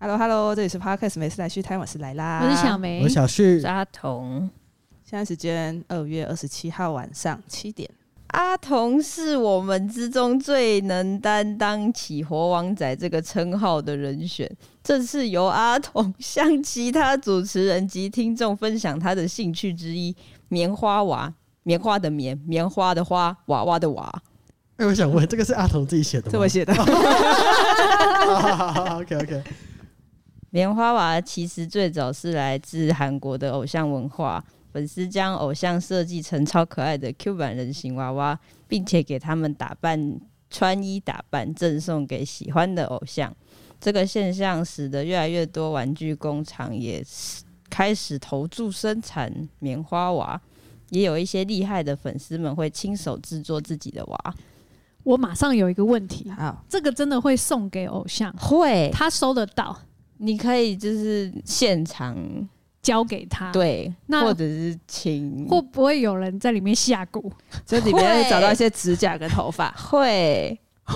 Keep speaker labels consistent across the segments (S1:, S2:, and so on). S1: Hello Hello，这里是 Podcast 美食来去台湾，我是莱拉，
S2: 我是小。梅，
S3: 我是小旭，
S2: 阿童。
S1: 现在时间二月二十七号晚上七点，
S4: 阿童是我们之中最能担当起“活王仔”这个称号的人选。这是由阿童向其他主持人及听众分享他的兴趣之一——棉花娃。棉花的棉，棉花的花，娃娃的娃。
S3: 哎、我想问，这个是阿童自己写的吗？
S1: 这么写
S2: 哦
S1: 的。
S3: OK OK，
S4: 棉花娃其实最早是来自韩国的偶像文化，粉丝将偶像设计成超可爱的 Q 版人形娃娃，并且给他们打扮、穿衣打扮，赠送给喜欢的偶像。这个现象使得越来越多玩具工厂也开始投注生产棉花娃，也有一些厉害的粉丝们会亲手制作自己的娃。
S2: 我马上有一个问题，
S1: 好，
S2: 这个真的会送给偶像，
S4: 会，
S2: 他收得到，
S4: 你可以就是现场
S2: 交给他，，
S4: 对，
S2: 那
S4: 或者是请
S2: 会不会有人在里面下蛊？
S1: 这里面
S4: 会
S1: 会找到一些指甲跟头发，
S4: 会。
S2: 会，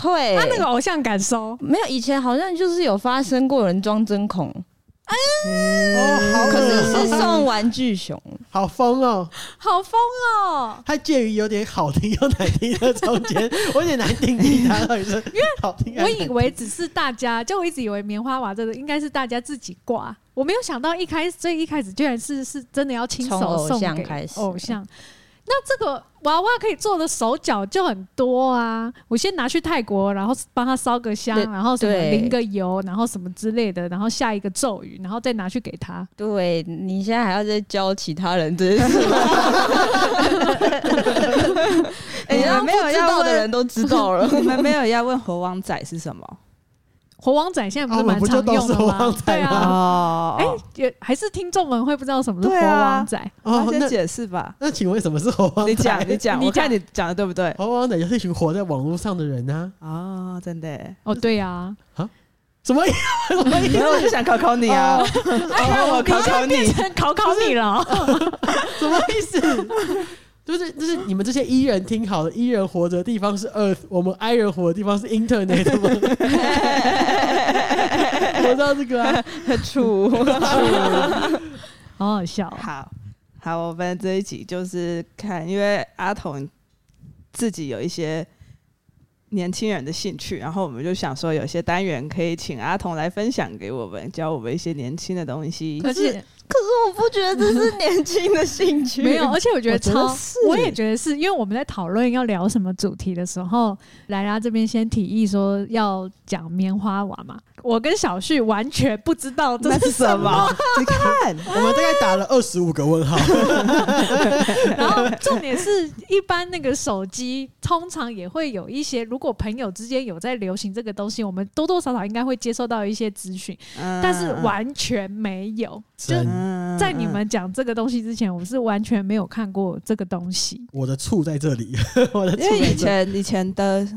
S4: 会，
S2: 他那个偶像敢收？
S4: 没有以前好像就是有发生过有人装针孔，
S3: 哦，好
S4: 可
S3: 恶
S4: 是是
S3: 心，
S4: 送玩具熊，
S3: 好疯哦！
S2: 好疯哦！
S3: 它介于有点好听又难听的中间，我有点难定义 它到底是好听还
S2: 我
S3: 是难听。
S2: 以为只是大家，就我一直以为棉花娃这个应该是大家自己挂，我没有想到一开始最一开始居然是是真的要亲
S4: 从
S2: 手
S4: 偶
S2: 送
S4: 像
S2: 给
S4: 开始
S2: 偶像。那这个娃娃可以做的手脚就很多啊！我先拿去泰国，然后帮他烧个香
S4: 对，
S2: 然后什么
S4: 对
S2: 淋个油，然后什么之类的，然后下一个咒语，然后再拿去给他。
S4: 对你现在还要再教其他人这件事吗？哎、
S1: 你
S4: 让
S1: 们没有
S4: 不知
S1: 要
S4: 道的
S1: 问
S4: 人都知道 了。
S1: 你们没有要问猴王仔是什么
S2: 猴王仔现在不
S3: 啊
S2: 是
S3: 我们
S2: 蛮
S3: 不就
S2: 常
S3: 都
S2: 用
S3: 是
S2: 的
S3: 猴
S2: 吗
S3: 王？仔
S2: 对啊，
S1: 哦
S2: 哎，也还是听众们会不知道什么是
S1: 对
S2: 猴
S1: 啊
S2: 王仔。
S1: 那哦
S3: 哦，
S1: 先
S3: 那
S1: 解释吧，
S3: 那请问什么是猴王仔？
S1: 你讲，你讲，
S2: 你
S1: 我看
S2: 讲
S1: 你讲的对不对？
S3: 猴王仔就是一群活在网络上的人啊？
S1: 哦，真的 耶，
S2: 哦，对啊，
S3: 什么意思？
S1: 没有，我就想考考你啊，哦我考考你
S2: 变，成考考你了。
S3: 什么意思？ 就是就是你们这些 E 人听好了，E 人活着的地方是 Earth，我们 I 人活的地方是 Internet 吗？ 我知道这个啊，
S4: 处
S2: 好好笑哦、
S1: 好好，我们这一集就是看，因为阿童自己有一些年轻人的兴趣，然后我们就想说，有些单元可以请阿童来分享给我们，教我们一些年轻的东西。
S2: 而且
S4: 可是我不觉得这是年轻的兴趣，
S2: 没有，而且我觉得
S3: 我觉得
S2: 超，我
S3: 是
S2: 也觉得是因为我们在讨论要聊什么主题的时候，莱拉这边先提议说要讲棉花娃嘛，我跟小旭完全不知道这
S1: 那
S2: 是
S1: 是
S2: 什
S1: 什
S2: 么，
S1: 么？你看，
S3: 我们大概打了二十五个问号。
S2: 然后重点是一般那个手机通常也会有一些，如果朋友之间有在流行这个东西，我们多多少少应该会接受到一些资讯，但是
S1: 嗯，
S2: 完全没有，就
S3: 真
S1: 嗯
S2: 在你们讲这个东西之前，我是完全没有看过这个东西。
S3: 我的醋在这里， 我的醋
S1: 因为
S3: 在
S1: 以
S3: 这里。
S1: 前以前的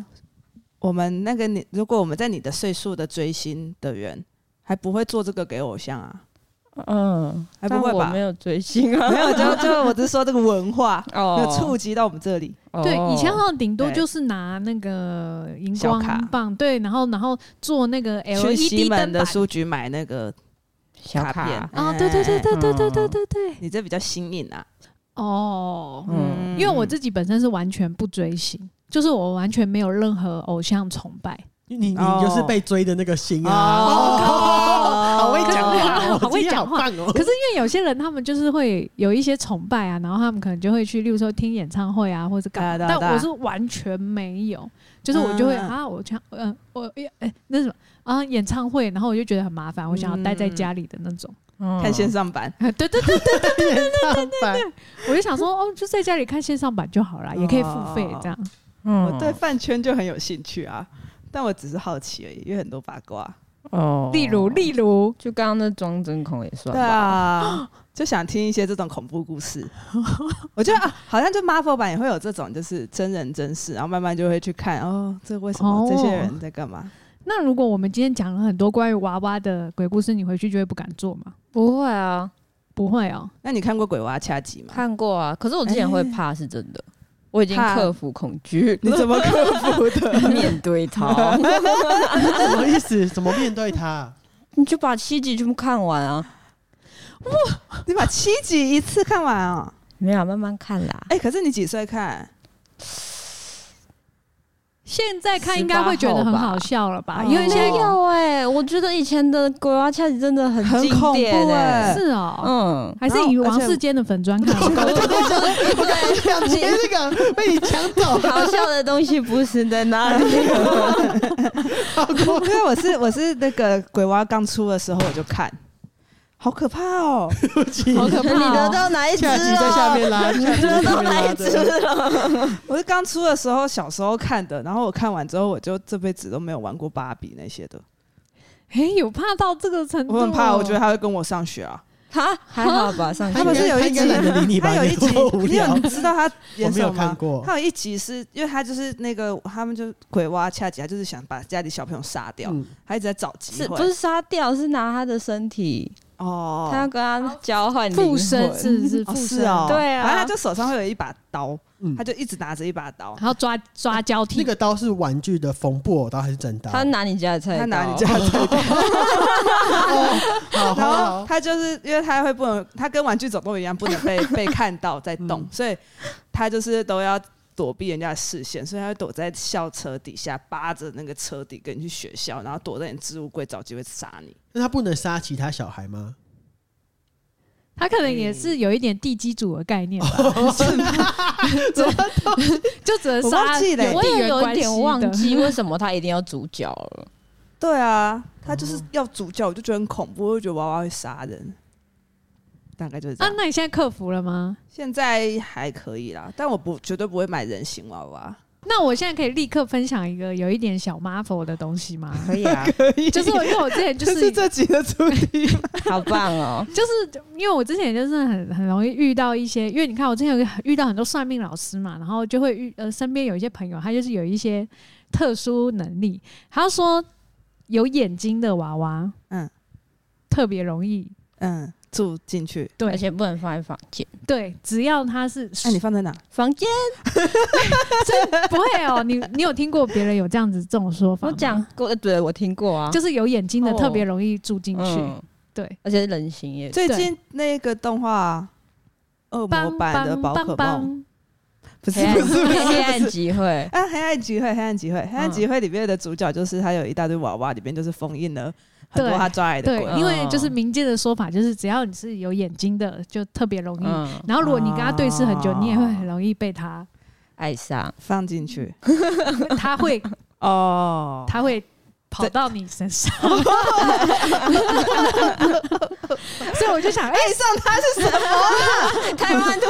S1: 我们那个你，如果我们在你的岁数的追星的人，还不会做这个给偶像啊，
S4: 嗯，
S1: 还不会
S4: 但我
S1: 吧
S4: 没？有追星啊，
S1: 没有，就就我只是说这个文 化。
S4: 哦
S1: 有触及到我们这里，
S2: 对，以前好像顶多
S1: 对
S2: 就是拿那个荧
S1: 小
S2: 光
S1: 卡
S2: 棒，对，然后然后做那个
S1: 去
S2: LED
S1: 西
S2: 灯板
S1: 门的书局买那个
S4: 小
S1: 卡片哎
S4: 卡，
S2: 啊，对对对对对对对对对，
S1: 你这比较新颖啊。
S2: 哦，
S4: 嗯，
S2: 因为我自己本身是完全不追星，就是我完全没有任何偶像崇拜，
S1: 哦
S3: 你你就是被追的那个星啊！
S2: 哦
S3: 好会 讲话
S2: 哦
S3: 哦，
S2: 好会讲话
S3: 我今天好棒哦。
S2: 可是因为有些人他们就是会有一些崇拜啊，然后他们可能就会去，例如说听演唱会啊，或者干嘛。
S1: 对啊对啊
S2: 但我是完全没有，就是我就会、
S1: 嗯
S2: 啊，我想嗯、我哎、哎那什么啊演唱会，然后我就觉得很麻烦，我
S1: 嗯
S2: 想要待在家里的那种。
S1: 看线上版，
S2: 对对对，
S3: 对对对对
S2: 我就想说哦，就在家里看线上版就好啦，
S1: 哦
S2: 也可以付费这样。
S4: 嗯
S1: 我对饭圈就很有兴趣啊，但我只是好奇而已，因为很多八卦。
S4: 哦
S2: 例如例如，
S4: 就刚刚那装针孔也算
S1: 对
S4: 吧，
S1: 啊， 就想听一些这种恐怖故事。 我觉得啊，好像就 Marvel 版也会有这种，就是真人真事，然后慢慢就会去看哦，这为什么、
S2: 哦
S1: 这些人在干嘛？
S2: 那如果我们今天讲了很多关于娃娃的鬼故事，你回去就会不敢做吗？
S4: 不会啊，
S2: 不会哦，
S1: 那你看过鬼娃恰吉吗？
S4: 看过啊，可是我之前会怕是真的，我已经
S1: 怕
S4: 克服恐惧，
S1: 你怎么克服 的？
S4: 面对它，
S3: 什么意思？怎么面对他？
S4: 你就把七集全部看完啊，
S1: 你把七集一次看完啊、
S4: 没有啊慢慢看啦，
S1: 哎、可是你几岁看？
S2: 现在看应该会觉得很好笑了吧？
S1: 18
S2: 因为现在
S4: 没啊有哎、我觉得以前的鬼娃恰吉真的很
S1: 很
S4: 经
S1: 恐
S4: 典
S1: 怖
S4: 哎、
S1: 哎
S2: 是哦，
S4: 嗯，
S2: 还是以王世坚的粉砖看
S4: 我
S2: 的。
S4: 我感觉
S3: 两节这个被你抢走，
S4: 好笑的东西不是在那 里，
S1: 因为我是我是那个鬼娃刚出的时候我就看，好可怕 哦！
S3: 对不起，
S2: 好可怕
S4: 你得到哪一只哦
S3: 下集在下面拉，下集在下面拉的。
S1: 我是刚出的时候小时候看的，然后我看完之后我就这辈子都没有玩过芭比那些的，哦
S2: 哎、有怕到这个程度？哦
S1: 我很怕，我觉得他会跟我上学啊。
S4: 哈，还好吧，上去
S1: 他不是有一集
S3: 他应该懒得理你吧
S1: 他有一集，
S3: 你有多无
S1: 你
S3: 聊
S1: 有知道他演什么
S3: 我没有看
S1: 吗
S3: 过？
S1: 他有一集是因为他就是那个他们就鬼挖恰吉，他就是想把家里小朋友杀掉，
S3: 嗯
S1: 他一直在找机
S4: 是
S1: 会。
S4: 不是杀掉？是拿他的身体，
S1: 哦，
S4: 他要跟他交换灵魂
S2: 附身是是
S1: 哦
S2: 附
S1: 是
S2: 身
S1: 哦，
S4: 对啊
S1: 反正他就手上会有一把刀，
S3: 嗯
S1: 他就一直拿着一把刀，
S2: 然后抓抓交替。
S3: 那个刀是玩具的缝布偶刀还是真刀？
S4: 他拿你家的菜刀，
S1: 他拿你家的菜刀，
S3: 好
S1: 然
S3: 好
S1: 后
S3: 好，
S1: 他就是因为他会不能，他跟玩具总动员一样不能 被被看到在动，
S3: 嗯
S1: 所以他就是都要躲避人家的视线，所以他会躲在校车底下，扒着那个车底跟你去学校，然后躲在你置物柜找机会杀你。
S3: 那他不能杀其他小孩吗？
S2: 他可能也是有一点地基组的概 念吧， 就只能
S1: 我
S2: 杀
S1: 忘记了
S2: 有
S4: 我
S2: 地
S4: 也
S2: 缘
S4: 有一
S2: 关系
S4: 点忘
S2: 的。
S4: 记为什么他一定要主角了。
S1: 对啊，他就是要主角，我就觉得很恐怖，我就觉得娃娃会杀人。大概就是这
S2: 啊
S1: 样，，
S2: 那你现在克服了吗？
S1: 现在还可以啦，但我不绝对不会买人形娃娃。
S2: 那我现在可以立刻分享一个有一点小 Marvel 的东 西吗？
S4: 可以啊，
S2: 就是我因为我之前就
S1: 这
S2: 是
S1: 是这集的主题，
S4: 好棒哦！
S2: 就是因为我之前就是很很容易遇到一些，因为你看我之前有遇到很多算命老师嘛，然后就会遇呃身边有一些朋友，他就是有一些特殊能力，他说有眼睛的娃娃，嗯
S1: 嗯，
S2: 特别容易
S1: 嗯，住进去。
S2: 对
S4: 而且不能放在房间，
S2: 对，只要他是
S1: 哎、你放在哪？
S4: 房间
S2: 不 会哦，你你有听过别人有这样子这种说法
S4: 我
S2: 吗？
S4: 讲过，对我听过啊，
S2: 就是有眼睛的
S4: 哦
S2: 特别容易住进去，
S4: 嗯
S2: 对，
S4: 而且是人形也
S1: 最
S2: 对
S1: 近那个动画、恶魔版的宝可梦，不 是
S4: 黑暗
S1: 不是不是
S4: 黑
S1: 不
S4: 暗
S1: 是。
S4: 集会，
S1: 啊，黑暗集会，黑暗集
S2: 嗯
S1: 会，黑暗集会里面的主角就是他有一大堆娃娃，里面就是封印了很多
S2: 对
S1: 他抓来的
S2: 对
S1: 鬼。，
S4: 嗯
S2: 因为就是民间的说法，就是只要你是有眼睛的，就特别容易
S4: 嗯，
S2: 然后如果你跟他对视很久，
S1: 啊
S2: 你也会很容易被他，
S4: 爱上
S1: 放进去
S2: 他 会
S1: 哦，
S2: 他会跑到你身上。 所以我就想，
S1: 爱
S2: 哎、
S1: 上他是什么？
S4: 台湾兔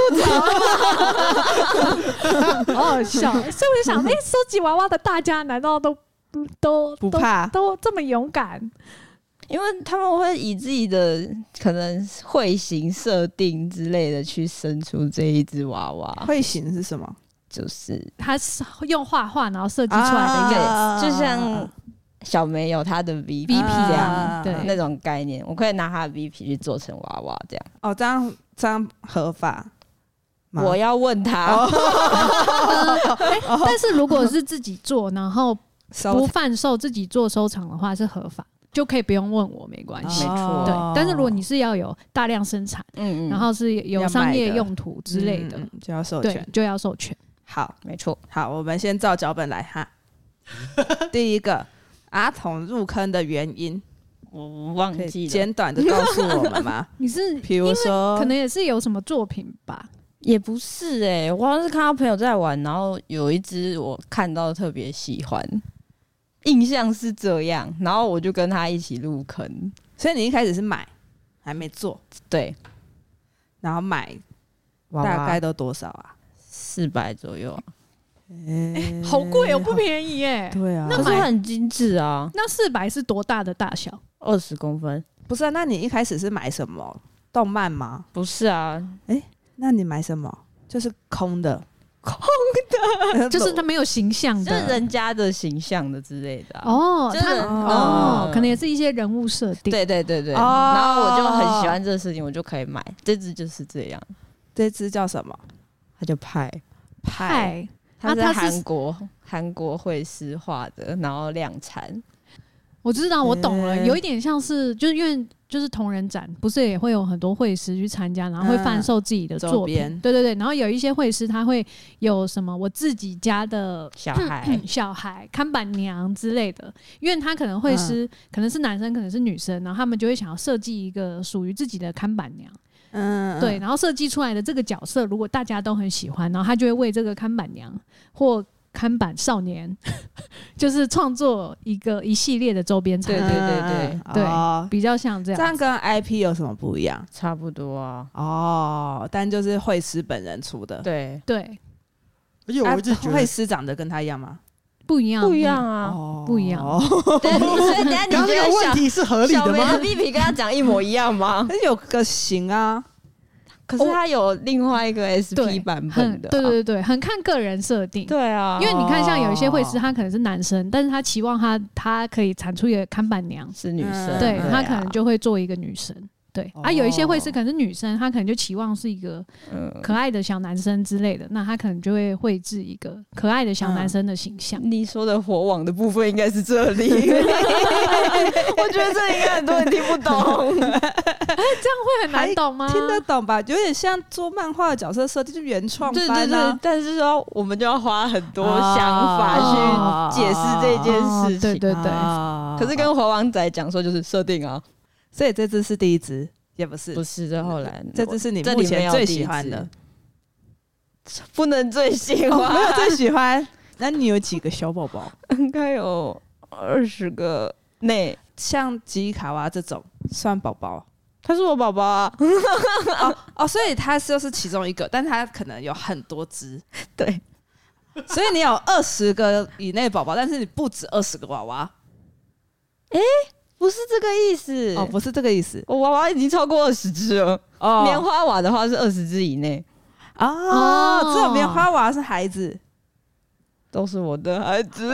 S4: 子，
S2: 好好笑。所以我就想，哎、收集娃娃的大家难道都嗯都
S1: 不怕
S2: 都都这么勇敢？
S4: 因为他们会以自己的可能会形设定之类的去生出这一只娃娃，
S1: 会形是什么？
S4: 就是
S2: 他是用画画然后设计出来的一个
S1: 啊
S4: 就像小梅有她的 V P 这
S2: VP
S4: 样
S1: 啊
S2: 对
S4: 那种概念，我可以拿她的 V P 去做成娃娃这样。
S1: 哦，这样这样合法吗？
S4: 我要问她，
S2: 但是如果是自己做，然 后不
S1: 收
S2: 贩售自己做收藏的话是合法，就可以不用问我，没关系。
S4: 没错
S2: 对
S1: 哦，
S2: 但是如果你是要有大量生产，
S4: 嗯嗯，
S2: 然后是有
S1: 要
S2: 商
S1: 卖
S2: 业
S1: 的
S2: 用途之类的，
S1: 嗯嗯嗯就要授
S2: 对
S1: 权，。
S2: 就要授权。
S1: 好，
S4: 没错，
S1: 好，我们先照脚本来哈。第一个，阿童入坑的原因，
S4: 我忘
S1: 可
S4: 记
S1: 以
S4: 了，
S1: 简短的告诉我们吗？
S2: 你是
S1: 比如说
S2: 可，能也是有什么作品吧？
S4: 也不是哎、我好像是看到朋友在玩，然后有一只我看到特别喜欢，印象是这样，然后我就跟他一起入坑，
S1: 所以你一开始是买，还没做，
S4: 对，
S1: 然后买
S4: 娃娃
S1: 大概都多少啊？
S4: 四百左右，
S1: 哎
S2: 好贵哦，不便宜耶。
S1: 对啊，
S4: 嗯可
S2: 那
S4: 是
S2: 买
S4: 很精致啊，
S2: 那四百是多大的大小？
S4: 二十公分，
S1: 不是啊？那你一开始是买什么动漫吗？
S4: 不是啊，
S1: 那你买什么？就是空的，空
S2: 就是它没有形象
S4: 就是
S2: 的
S4: 人家的形象的之类的啊、
S2: 哦，
S4: 就是
S2: 它
S4: 人
S2: 哦
S4: 嗯，
S2: 可能也是一些人物设定。
S4: 对对对对，
S1: 哦
S4: 然后我就很喜欢这个事情，我就可以买这只就是这样，
S1: 这只叫什么
S4: 它叫派，
S1: 派？
S2: 嗨，
S4: 它
S2: 啊
S4: 是
S2: 它是
S4: 韩国韩国会师画的，然后量产，
S2: 我知道，我懂了，
S1: 嗯
S2: 有一点像是就是因为就是同人展，不是也会有很多绘师去参加，然后会贩售自己的
S1: 周
S2: 作品。
S1: 边
S2: 对对对，然后有一些绘师他会有什么我自己家的
S4: 小孩
S2: 小孩、看板娘之类的，因为他可能会是、
S1: 嗯
S2: 可能是男生，可能是女生，然后他们就会想要设计一个属于自己的看板娘。
S1: 嗯，嗯
S2: 对，，然后设计出来的这个角色，如果大家都很喜欢，然后他就会为这个看板娘或看板少年， 就是创作一个一系列的周边产
S4: 对
S2: 品，
S4: 对对
S1: 嗯
S2: 对
S1: 哦，
S2: 比较像这
S1: 这
S2: 样。
S1: 样跟 IP 有什么不一样？
S4: 差不多啊，
S1: 哦，但就是会师本人出的，
S4: 对，
S2: 对，
S3: 而且
S1: 啊，
S3: 我一直觉
S1: 会
S3: 得，
S1: 师长得跟他一样吗？
S2: 不一样，
S4: 不一样。啊。
S1: 哦
S2: 不一样
S4: 对，所以等一下你
S3: 刚刚
S4: 觉
S3: 那
S4: 得
S3: 个问
S4: 小
S3: 题是合理
S4: 小
S3: 的
S4: 梅的
S3: 吗？
S4: B B 跟他讲一模一样吗？
S1: 可是有个型啊，哦
S4: 可是他有另外一个 S
S2: 对
S4: P 版
S2: 很
S4: 本的啊，
S2: 对对对对，很看个人设定。
S4: 对啊，
S2: 因为你看，像有一些会师，
S1: 哦
S2: 他可能是男生，但是他期望他他可以产出一个看板娘，
S4: 是女
S1: 嗯
S4: 生，
S2: 对
S4: 啊
S2: 他可能就会做一个女生。对啊，有一些会师可能是女生，他可能就期望是一个
S4: 嗯
S2: 可爱的小男生之类的，那他可能就会绘制一个可爱的小男生的形象。
S4: 你说的火网的部分应该是这 里，我觉得这里应该很多人听不懂。
S2: 会很难懂吗？
S1: 听得懂吧？有点像做漫画的角色设定，就原创
S4: 对对
S1: 班
S4: 对
S1: 啊，。
S4: 但是说我们就要花很多想法去解释这件事
S2: 对
S4: 情。
S2: 对对，
S1: 哦
S4: 可是跟火王仔讲说就是设定啊，
S1: 所以这只是第一只，也不是，
S4: 不是这后来
S1: 这只是你
S4: 这
S1: 目
S4: 里没
S1: 前
S4: 有
S1: 最
S4: 地
S1: 喜欢
S4: 址
S1: 的，
S4: 不能最喜
S1: 哦没有
S4: 欢，
S1: 最喜欢。那你有几个小宝宝？
S4: 应该有二十个内。
S1: 像吉卡哇这种算宝宝
S4: 他是我宝宝啊，
S1: 哦，所以它就是其中一个，但它可能有很多只，
S4: 对，
S1: 所以你有二十个以内宝宝，但是你不止二十个娃娃
S4: 不是这个意思。
S1: 哦，不是这个意思
S4: 我娃娃已经超过二十只了，
S1: 哦
S4: 棉花娃的话是二十只以内。
S1: 哦，
S2: 哦
S1: 只有棉花娃是孩子，
S4: 都是我的孩子，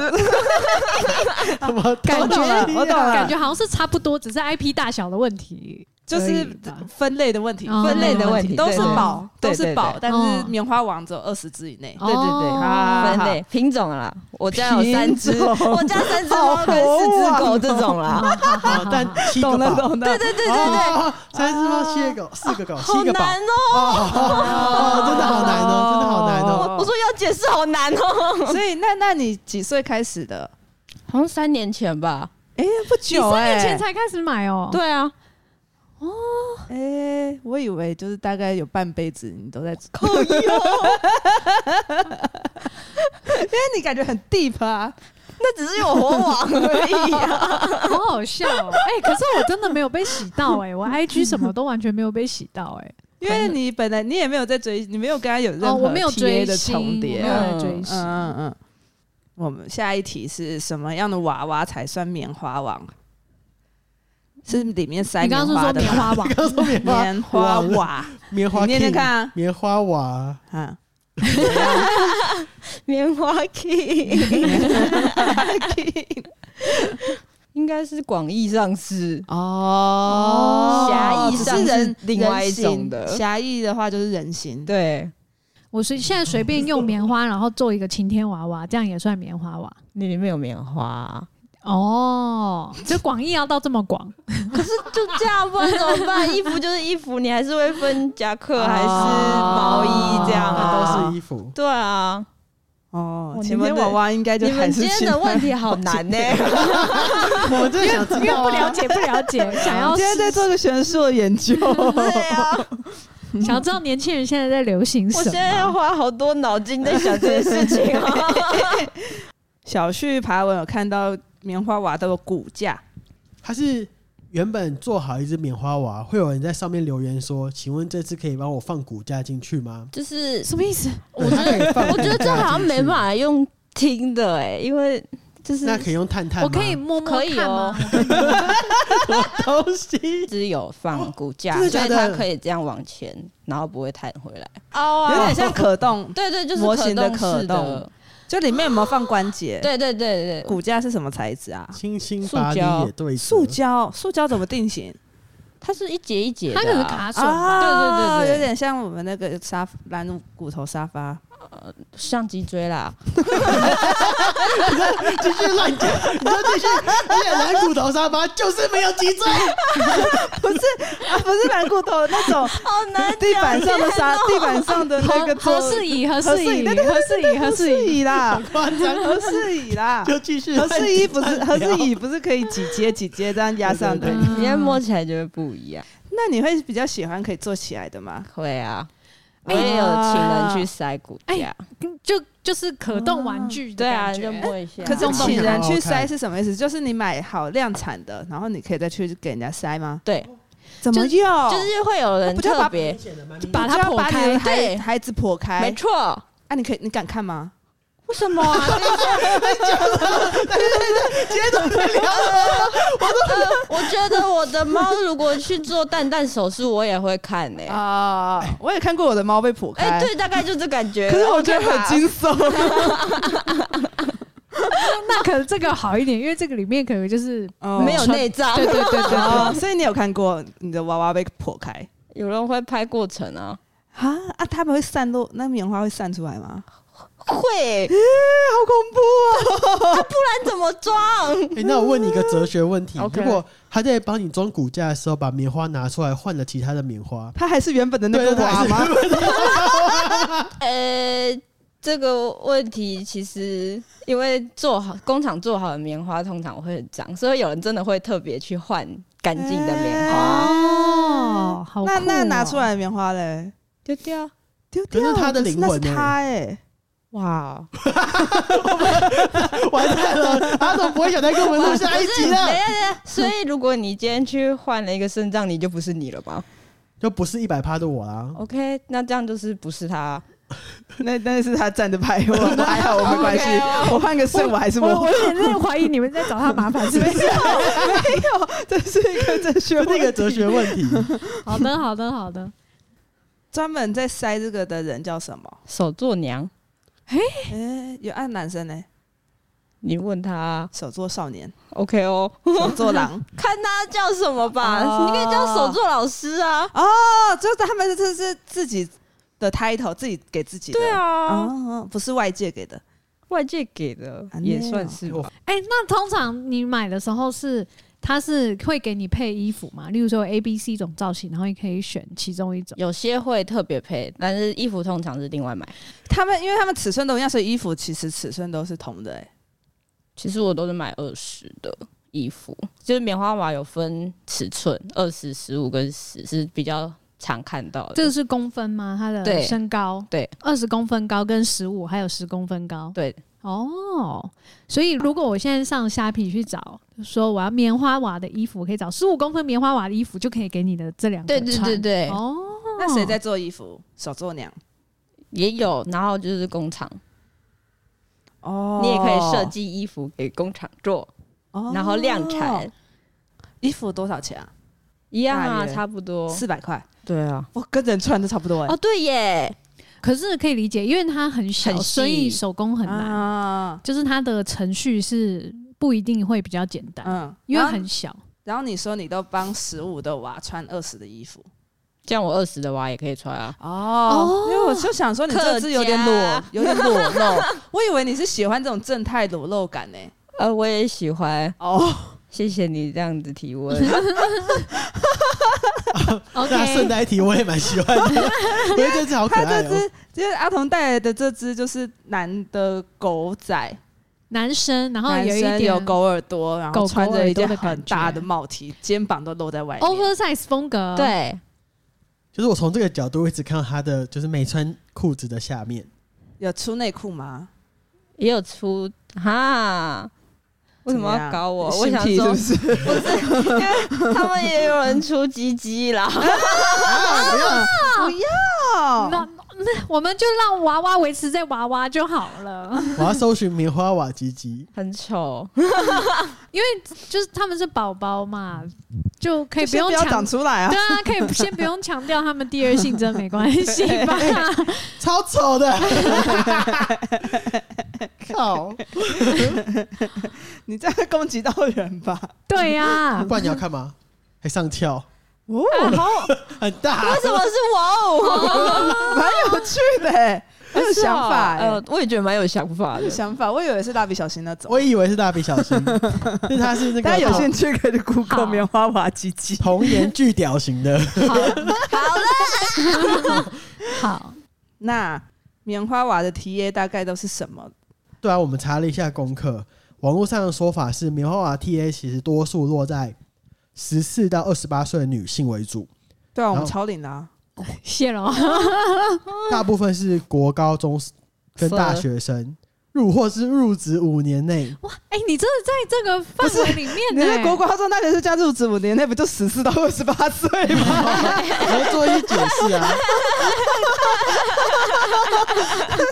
S3: 怎么
S1: 感觉我懂了
S2: 感觉好像是差不多，只是 IP 大小的问题
S1: 就
S2: 而已
S1: 是
S2: 吧。
S1: 分类的问题，
S2: 哦
S4: 分类的问
S2: 对
S4: 题
S1: 都是
S4: 对
S1: 宝，
S4: 对
S1: 都是宝，
S4: 对
S1: 但
S2: 哦
S1: 是棉花王只有二十只以内。
S2: 哦
S4: 对对对
S1: 啊
S4: 分类品种啦，我家有三只，
S1: 品种
S4: 我家三只 猫跟四只狗这种啦。
S2: 好好
S3: 啊
S2: 好，
S3: 但七个宝，
S1: 懂的，对对
S4: 对对对，
S3: 哦三只猫，七个狗，四个狗，
S4: 好
S3: 七个宝，
S4: 难哦！
S3: 哦，真的好难哦，真的好难哦。
S4: 我说要解释好难哦，
S1: 所以那那你几岁开始的？
S4: 好像三年前吧。
S1: 哎，不
S2: 你
S1: 久
S2: 三
S1: 哎，
S2: 年前才开始买哦？，
S4: 对啊，
S1: 哎，我以为就是大概有半辈子你都在，因
S4: 哦 哟，
S1: 为你感觉很 deep 啊，
S4: 那只是有活网而已啊。
S2: 好好笑哦。哎，可是我真的没有被洗到哎，我 IG 什么都完全没有被洗到哎。
S1: 因为你本来你也没有在追，你没有跟他有任
S2: 哦，
S1: 何
S2: 我没有
S1: TA
S2: 追
S1: 的
S2: 星，我
S1: 重叠
S2: 没有，在追
S1: 嗯
S2: 星。
S1: 嗯嗯。我们下一题是什么样的娃娃才算棉花王？是里面塞
S2: 你刚刚是
S1: 棉花
S2: 说
S1: 的
S2: 棉
S1: 吧
S2: 花王
S3: 刚说棉花
S1: 棉花娃，
S3: 棉花
S1: 你
S3: king，
S1: 念念看啊
S3: 棉花娃，
S1: 啊，
S4: 棉花 king，应该是广义上是
S1: 哦
S4: 狭义
S1: 只
S4: 上
S1: 是人
S4: 另外一种的
S1: 人形狭义的话就是人形，
S4: 对。
S2: 我随现在随便用棉花，然后做一个晴天娃娃，这样也算棉花娃
S4: 你里面有棉花、啊，
S2: 哦。就广义要到这么广，
S4: 就这样，不然怎么办？衣服就是衣服，你还是会分夹克还是毛衣这样
S3: 那
S4: 啊？
S3: 都是衣服。
S4: 对啊，
S1: 哦，
S4: 哇
S1: 晴
S4: 你们
S1: 天
S4: 的
S1: 娃娃应该就
S4: 你
S1: 还
S4: 们
S1: 是
S4: 今天
S1: 晴
S4: 的
S1: 天
S4: 问题好难欸呢、
S3: 我真的想知
S2: 因为
S3: 道
S2: 不了
S3: 啊，
S2: 解，不了解，想要
S1: 我今天在做个学术的研究，
S4: 对啊，
S2: 想要知道年轻人现在在流行
S4: 我
S2: 什
S4: 现在要
S2: 么。
S4: 花好多脑筋在想这件事情 哦。
S1: 小旭爬文有看到棉花娃的骨架，
S3: 它是原本做好一只棉花娃，会有人在上面留言说：“请问这次可以帮我放骨架进去吗
S4: 就是？”
S2: 什么意思？
S4: 我
S3: 对
S4: 觉
S3: 它可以
S4: 得
S3: 放，
S4: 我觉得
S3: 骨
S4: 这
S3: 架
S4: 好像
S3: 进
S4: 没
S3: 去
S4: 办法用听的哎、因为就是
S3: 那可以用探探吗？
S2: 我可以摸摸
S4: 可以
S2: 看
S4: 哦
S2: 吗？
S3: 东西
S4: 一直有放骨架，
S3: 真的
S4: 所以
S3: 假的
S4: 它可以这样往前，然后不会弹回来。
S1: 有
S4: 哦
S1: 点像可动，
S4: 对对，就是
S1: 模型的
S4: 可
S1: 可
S4: 动式
S1: 动。就里面有没有放关节？，
S4: 对对对对，
S1: 骨架是什么材质啊？
S3: 清新
S4: 塑
S3: 巴黎
S4: 胶
S3: 也对折，
S1: 塑胶，塑胶怎么定型
S4: 它是一节一节的、
S2: 它
S4: 啊，
S2: 可是卡榫吧？
S1: 啊？
S4: 对对对对
S1: 有点像我们那个沙蓝骨头沙发，
S4: 像脊椎啦。
S3: 继续乱讲，你就继续，而且蓝骨头沙发就是没有脊椎，
S1: 不是啊，不是蓝骨头那种
S4: 好 难讲
S1: 地板上的沙，地板上 的那个
S2: 合
S1: 桌
S2: 合适椅，合
S1: 合
S2: 适
S1: 适
S2: 椅，
S1: 椅对对
S2: 合适椅，合
S1: 合
S2: 适
S1: 适
S2: 椅。
S1: 椅啦，
S3: 夸张，
S1: 合适椅啦，
S3: 就继续
S1: 合
S3: 乱讲。
S1: 适椅不是合适
S3: 乱聊，
S1: 椅不是可以几节几节这样压上的
S3: 对？
S4: 你现在摸起来就会不一样。
S1: 那你会比较喜欢可以坐起来的吗？
S4: 会啊，我
S1: 哎
S4: 也有请人去塞骨
S2: 哎
S4: 架。
S2: 就就是可动玩具的
S4: 对啊，
S2: 感觉，
S4: 就 摸一下。
S1: 可是
S2: 动
S1: 请
S3: 动
S1: 人
S3: 好好
S1: 去
S3: 看
S1: 塞是什么意思？就是你买好量产的，然后你可以再去给人家塞吗？
S4: 对，
S1: 怎么用？
S4: 就是会有人
S1: 不就把
S4: 特别，
S2: 把它
S1: 就要
S2: 剖
S1: 把你的
S2: 开
S1: 孩
S4: 对
S1: 孩子剖开。
S4: 没错。
S1: 啊，你可以，你敢看吗？
S4: 为什 么啊？ 我觉得我的猫如果去做蛋蛋手术，我也会看呢、欸。
S1: 啊、我也看过我的猫被剖开。
S4: 哎、对，大概就这感觉。
S1: 可是我觉得
S4: OK 吧
S1: 很惊悚。
S2: 那可能这个好一点，因为这个里面可能就是
S1: 哦
S4: 没有内脏
S2: 对。对对 对对，
S1: 哦，所以你有看过你的娃娃被剖开
S4: 有人会拍过程啊，
S1: 啊啊？他们会散落，那棉花会散出来 吗？
S4: 会，
S1: 哎、欸好恐怖哦！
S4: 但怎么装？
S3: 哎、那我问你一个哲学问题
S4: OK
S3: 如果他在帮你装骨架的时候，把棉花拿出来换了其他的棉花，
S1: 它还是原本的那个
S3: 对它还
S1: 娃
S3: 是
S1: 吗？
S4: 呃，这个问题其实因为做好工厂做好的棉花通常会很脏，所以有人真的会特别去换干净的棉花，
S1: 嗯
S2: 哦，好酷
S1: 那
S2: 哦
S1: 那拿出来的棉花嘞？
S4: 丢掉。
S1: 丢掉，
S3: 可是它的灵魂
S1: 那是
S3: 呢
S1: 它哎、
S4: 哇，
S3: 完蛋了，阿总不会想再 跟我们录下一
S4: 不
S3: 集
S4: 是等一
S3: 了，
S4: 下等一下所 以如果你今天去换了一个肾脏，你就不是你了吧
S3: 就不是一百趴的我啊
S1: 哦
S3: 啦。
S4: ？OK，那这样就是不是他。
S1: 那那是他站的牌，我我还好，我没关系
S4: OK 哦。
S1: 我换个肾，我还是
S2: 我
S1: 摸
S2: 我。有 点在怀疑你们在找他麻烦，是 不 是？
S1: 这是一个哲学
S3: 就
S1: 问题，
S3: 那个哲学 问题，
S2: 好的，好的，好的。
S1: 专门在塞这个的人叫什么？
S4: 手做娘，
S1: 哎、有按男生呢、
S4: 你问他
S1: 手作少年、
S4: OK 哦，啊
S1: 手作狼
S4: 看他叫什么吧，
S1: 哦
S4: 你可以叫手作老师啊。
S1: 哦，就是他们这是自己的 title，自己给自己的。
S4: 对啊，
S1: 哦，不是外界给的。
S4: 外界给的
S1: 啊
S4: 也算是哦吧。
S2: 哎、那通常你买的时候是，它是会给你配衣服嘛？例如说有 A、B、C 种造型，然后你可以选其中一种。
S4: 有些会特别配，但是衣服通常是另外买。
S1: 他们因为他们尺寸都一样，所以衣服其实尺寸都是同的、哎，
S4: 其实我都是买二十的衣服，就是棉花娃有分尺寸，二十、十五跟十是比较常看到的。
S2: 这个是公分吗？它的
S4: 对
S2: 身高
S4: 对
S2: 二十公分高跟十五，还有十公分高。
S4: 对，
S2: 哦，所以如果我现在上虾皮去找，说我要棉花娃的衣服，我可以找十五公分棉花娃的衣服，就可以给你的这两个
S4: 对对
S2: 穿
S4: 对对
S2: 哦，
S1: 那谁在做衣服？手作娘。
S4: 也有，然后就是工厂，
S1: 哦
S4: 你也可以设，计衣服给工厂做，
S1: 哦
S4: 然后量产。
S1: 衣服多少钱啊？
S4: 一样啊，
S1: 大约
S4: 差不多。
S1: 四百块。
S4: 对啊，
S1: 哇，跟人穿的差不多哎、
S4: 哦对耶，
S2: 可是可以理解，因为它很小，
S4: 很细
S2: 所以手工很难，
S1: 啊，
S2: 就是它的程序是不一定会比较简单，
S1: 嗯，
S2: 因为
S1: 然后
S2: 很小。
S1: 然后你说你都帮十五的娃穿二十的衣服
S4: 这样我二十的娃也可以穿啊。
S1: 哦，因为我就想说你这只有点
S4: 客
S1: 裸
S4: 家，
S1: 有点裸 露，我以为你是喜欢这种正太裸露感呢、欸
S4: 哦呃，我也喜欢，
S1: 哦，
S4: 谢谢你这样子提问。
S3: 那圣
S2: OK，
S3: 代体我也蛮喜欢的，因为这只好可
S1: 他
S3: 爱
S1: 这
S3: 哦、
S1: 只就是阿童带来的这只就是男的狗仔，
S2: 男生，然后
S1: 男
S2: 有一
S1: 生
S2: 点
S1: 有狗耳朵，然
S2: 狗
S1: 后
S2: 狗
S1: 穿着一件
S2: 耳朵的感
S1: 很
S2: 觉哦
S1: 大的帽 T，肩膀都露在外面。
S2: oversize 风格，，
S4: 对，
S3: 就是我从这个角度一直看到它的，就是没穿裤子的下面，
S1: 有出内裤 吗？
S4: 也有出哈。为什么
S1: 怎
S4: 要
S1: 样
S4: 搞我？我
S1: 性
S4: 想
S1: 癖
S4: 说，
S1: 是不是？
S4: 不是，因为他们也有人出鸡鸡啦。
S1: 啊
S2: 啊那那我们就让娃娃维持在娃娃就好了，
S3: 我要搜寻棉花瓦吉吉。
S4: 很丑，
S2: 因为就是他们是宝宝嘛，就可以
S1: 就
S2: 不
S1: 先
S2: 用
S1: 不要
S2: 强
S1: 长出 来啊
S2: 对！啊，可以先不用强调他们第二性征，没关系吧？
S3: 超丑 的，靠！
S1: 你这样会攻击到人吧？
S2: 对啊呀、
S3: 不然你要干嘛？还上翘，
S1: 哦，
S3: 很大。
S4: 为什么是我？
S1: 蛮有趣的欸，很有想法
S4: 呃
S1: 欸，，
S4: 我也觉得蛮有想法
S1: 很有
S4: 的。
S1: 想法。我以为是蜡笔小新那种，
S3: 我以为是大笔小新， 但它是那
S1: 大家
S2: 哦
S1: 有
S3: 个
S1: 兴趣可以去 Google
S2: 好
S1: 棉花娃唧唧。
S3: 童颜巨屌型的。
S2: 好，好了，好，
S1: 那棉花娃的 TA 大概都是什么？
S3: 对啊，我们查了一下功课，网络上的说法是棉花瓦 TA 其实多数落在十四到二十八岁的女性为主，
S1: 对啊，我
S3: 然
S1: 们
S3: 后
S1: 超龄啦，
S2: 谢了。
S3: 大部分是国高中跟大学生。入或是入职五年内，
S2: 哇，哎、你真的在这个范围里面
S1: 你
S2: 呢、
S1: 在国高中大学是加入职五年，那不就十四到二十八岁吗？
S3: 你要做一些解释啊！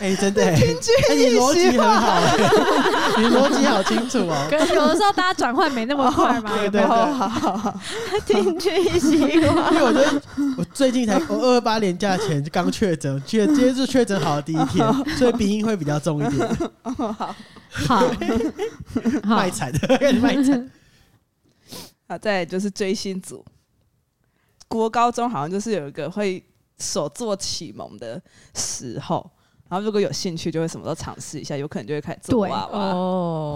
S3: 哎、真的、欸，哎你逻辑很好、哎你逻辑好清楚哦、
S2: 可能有的时候大家转换没那么快 嘛，
S3: 对
S2: 有没
S3: 对
S2: 有
S3: 对
S1: 哦，好好好，
S4: 听君一席话，
S3: 因为我觉得我最近才我二二八年假前就刚确诊，确今天是确诊好的第一天，所以鼻音会比较重一点，
S2: 好，好
S3: 卖，惨的， 开始卖惨。
S1: 好，啊再来就是追星族，国高中好像就是有一个会手做启蒙的时候，然后如果有兴趣，就会什么都尝试一下，有可能就会开始做
S2: 对
S1: 娃娃。
S4: 哦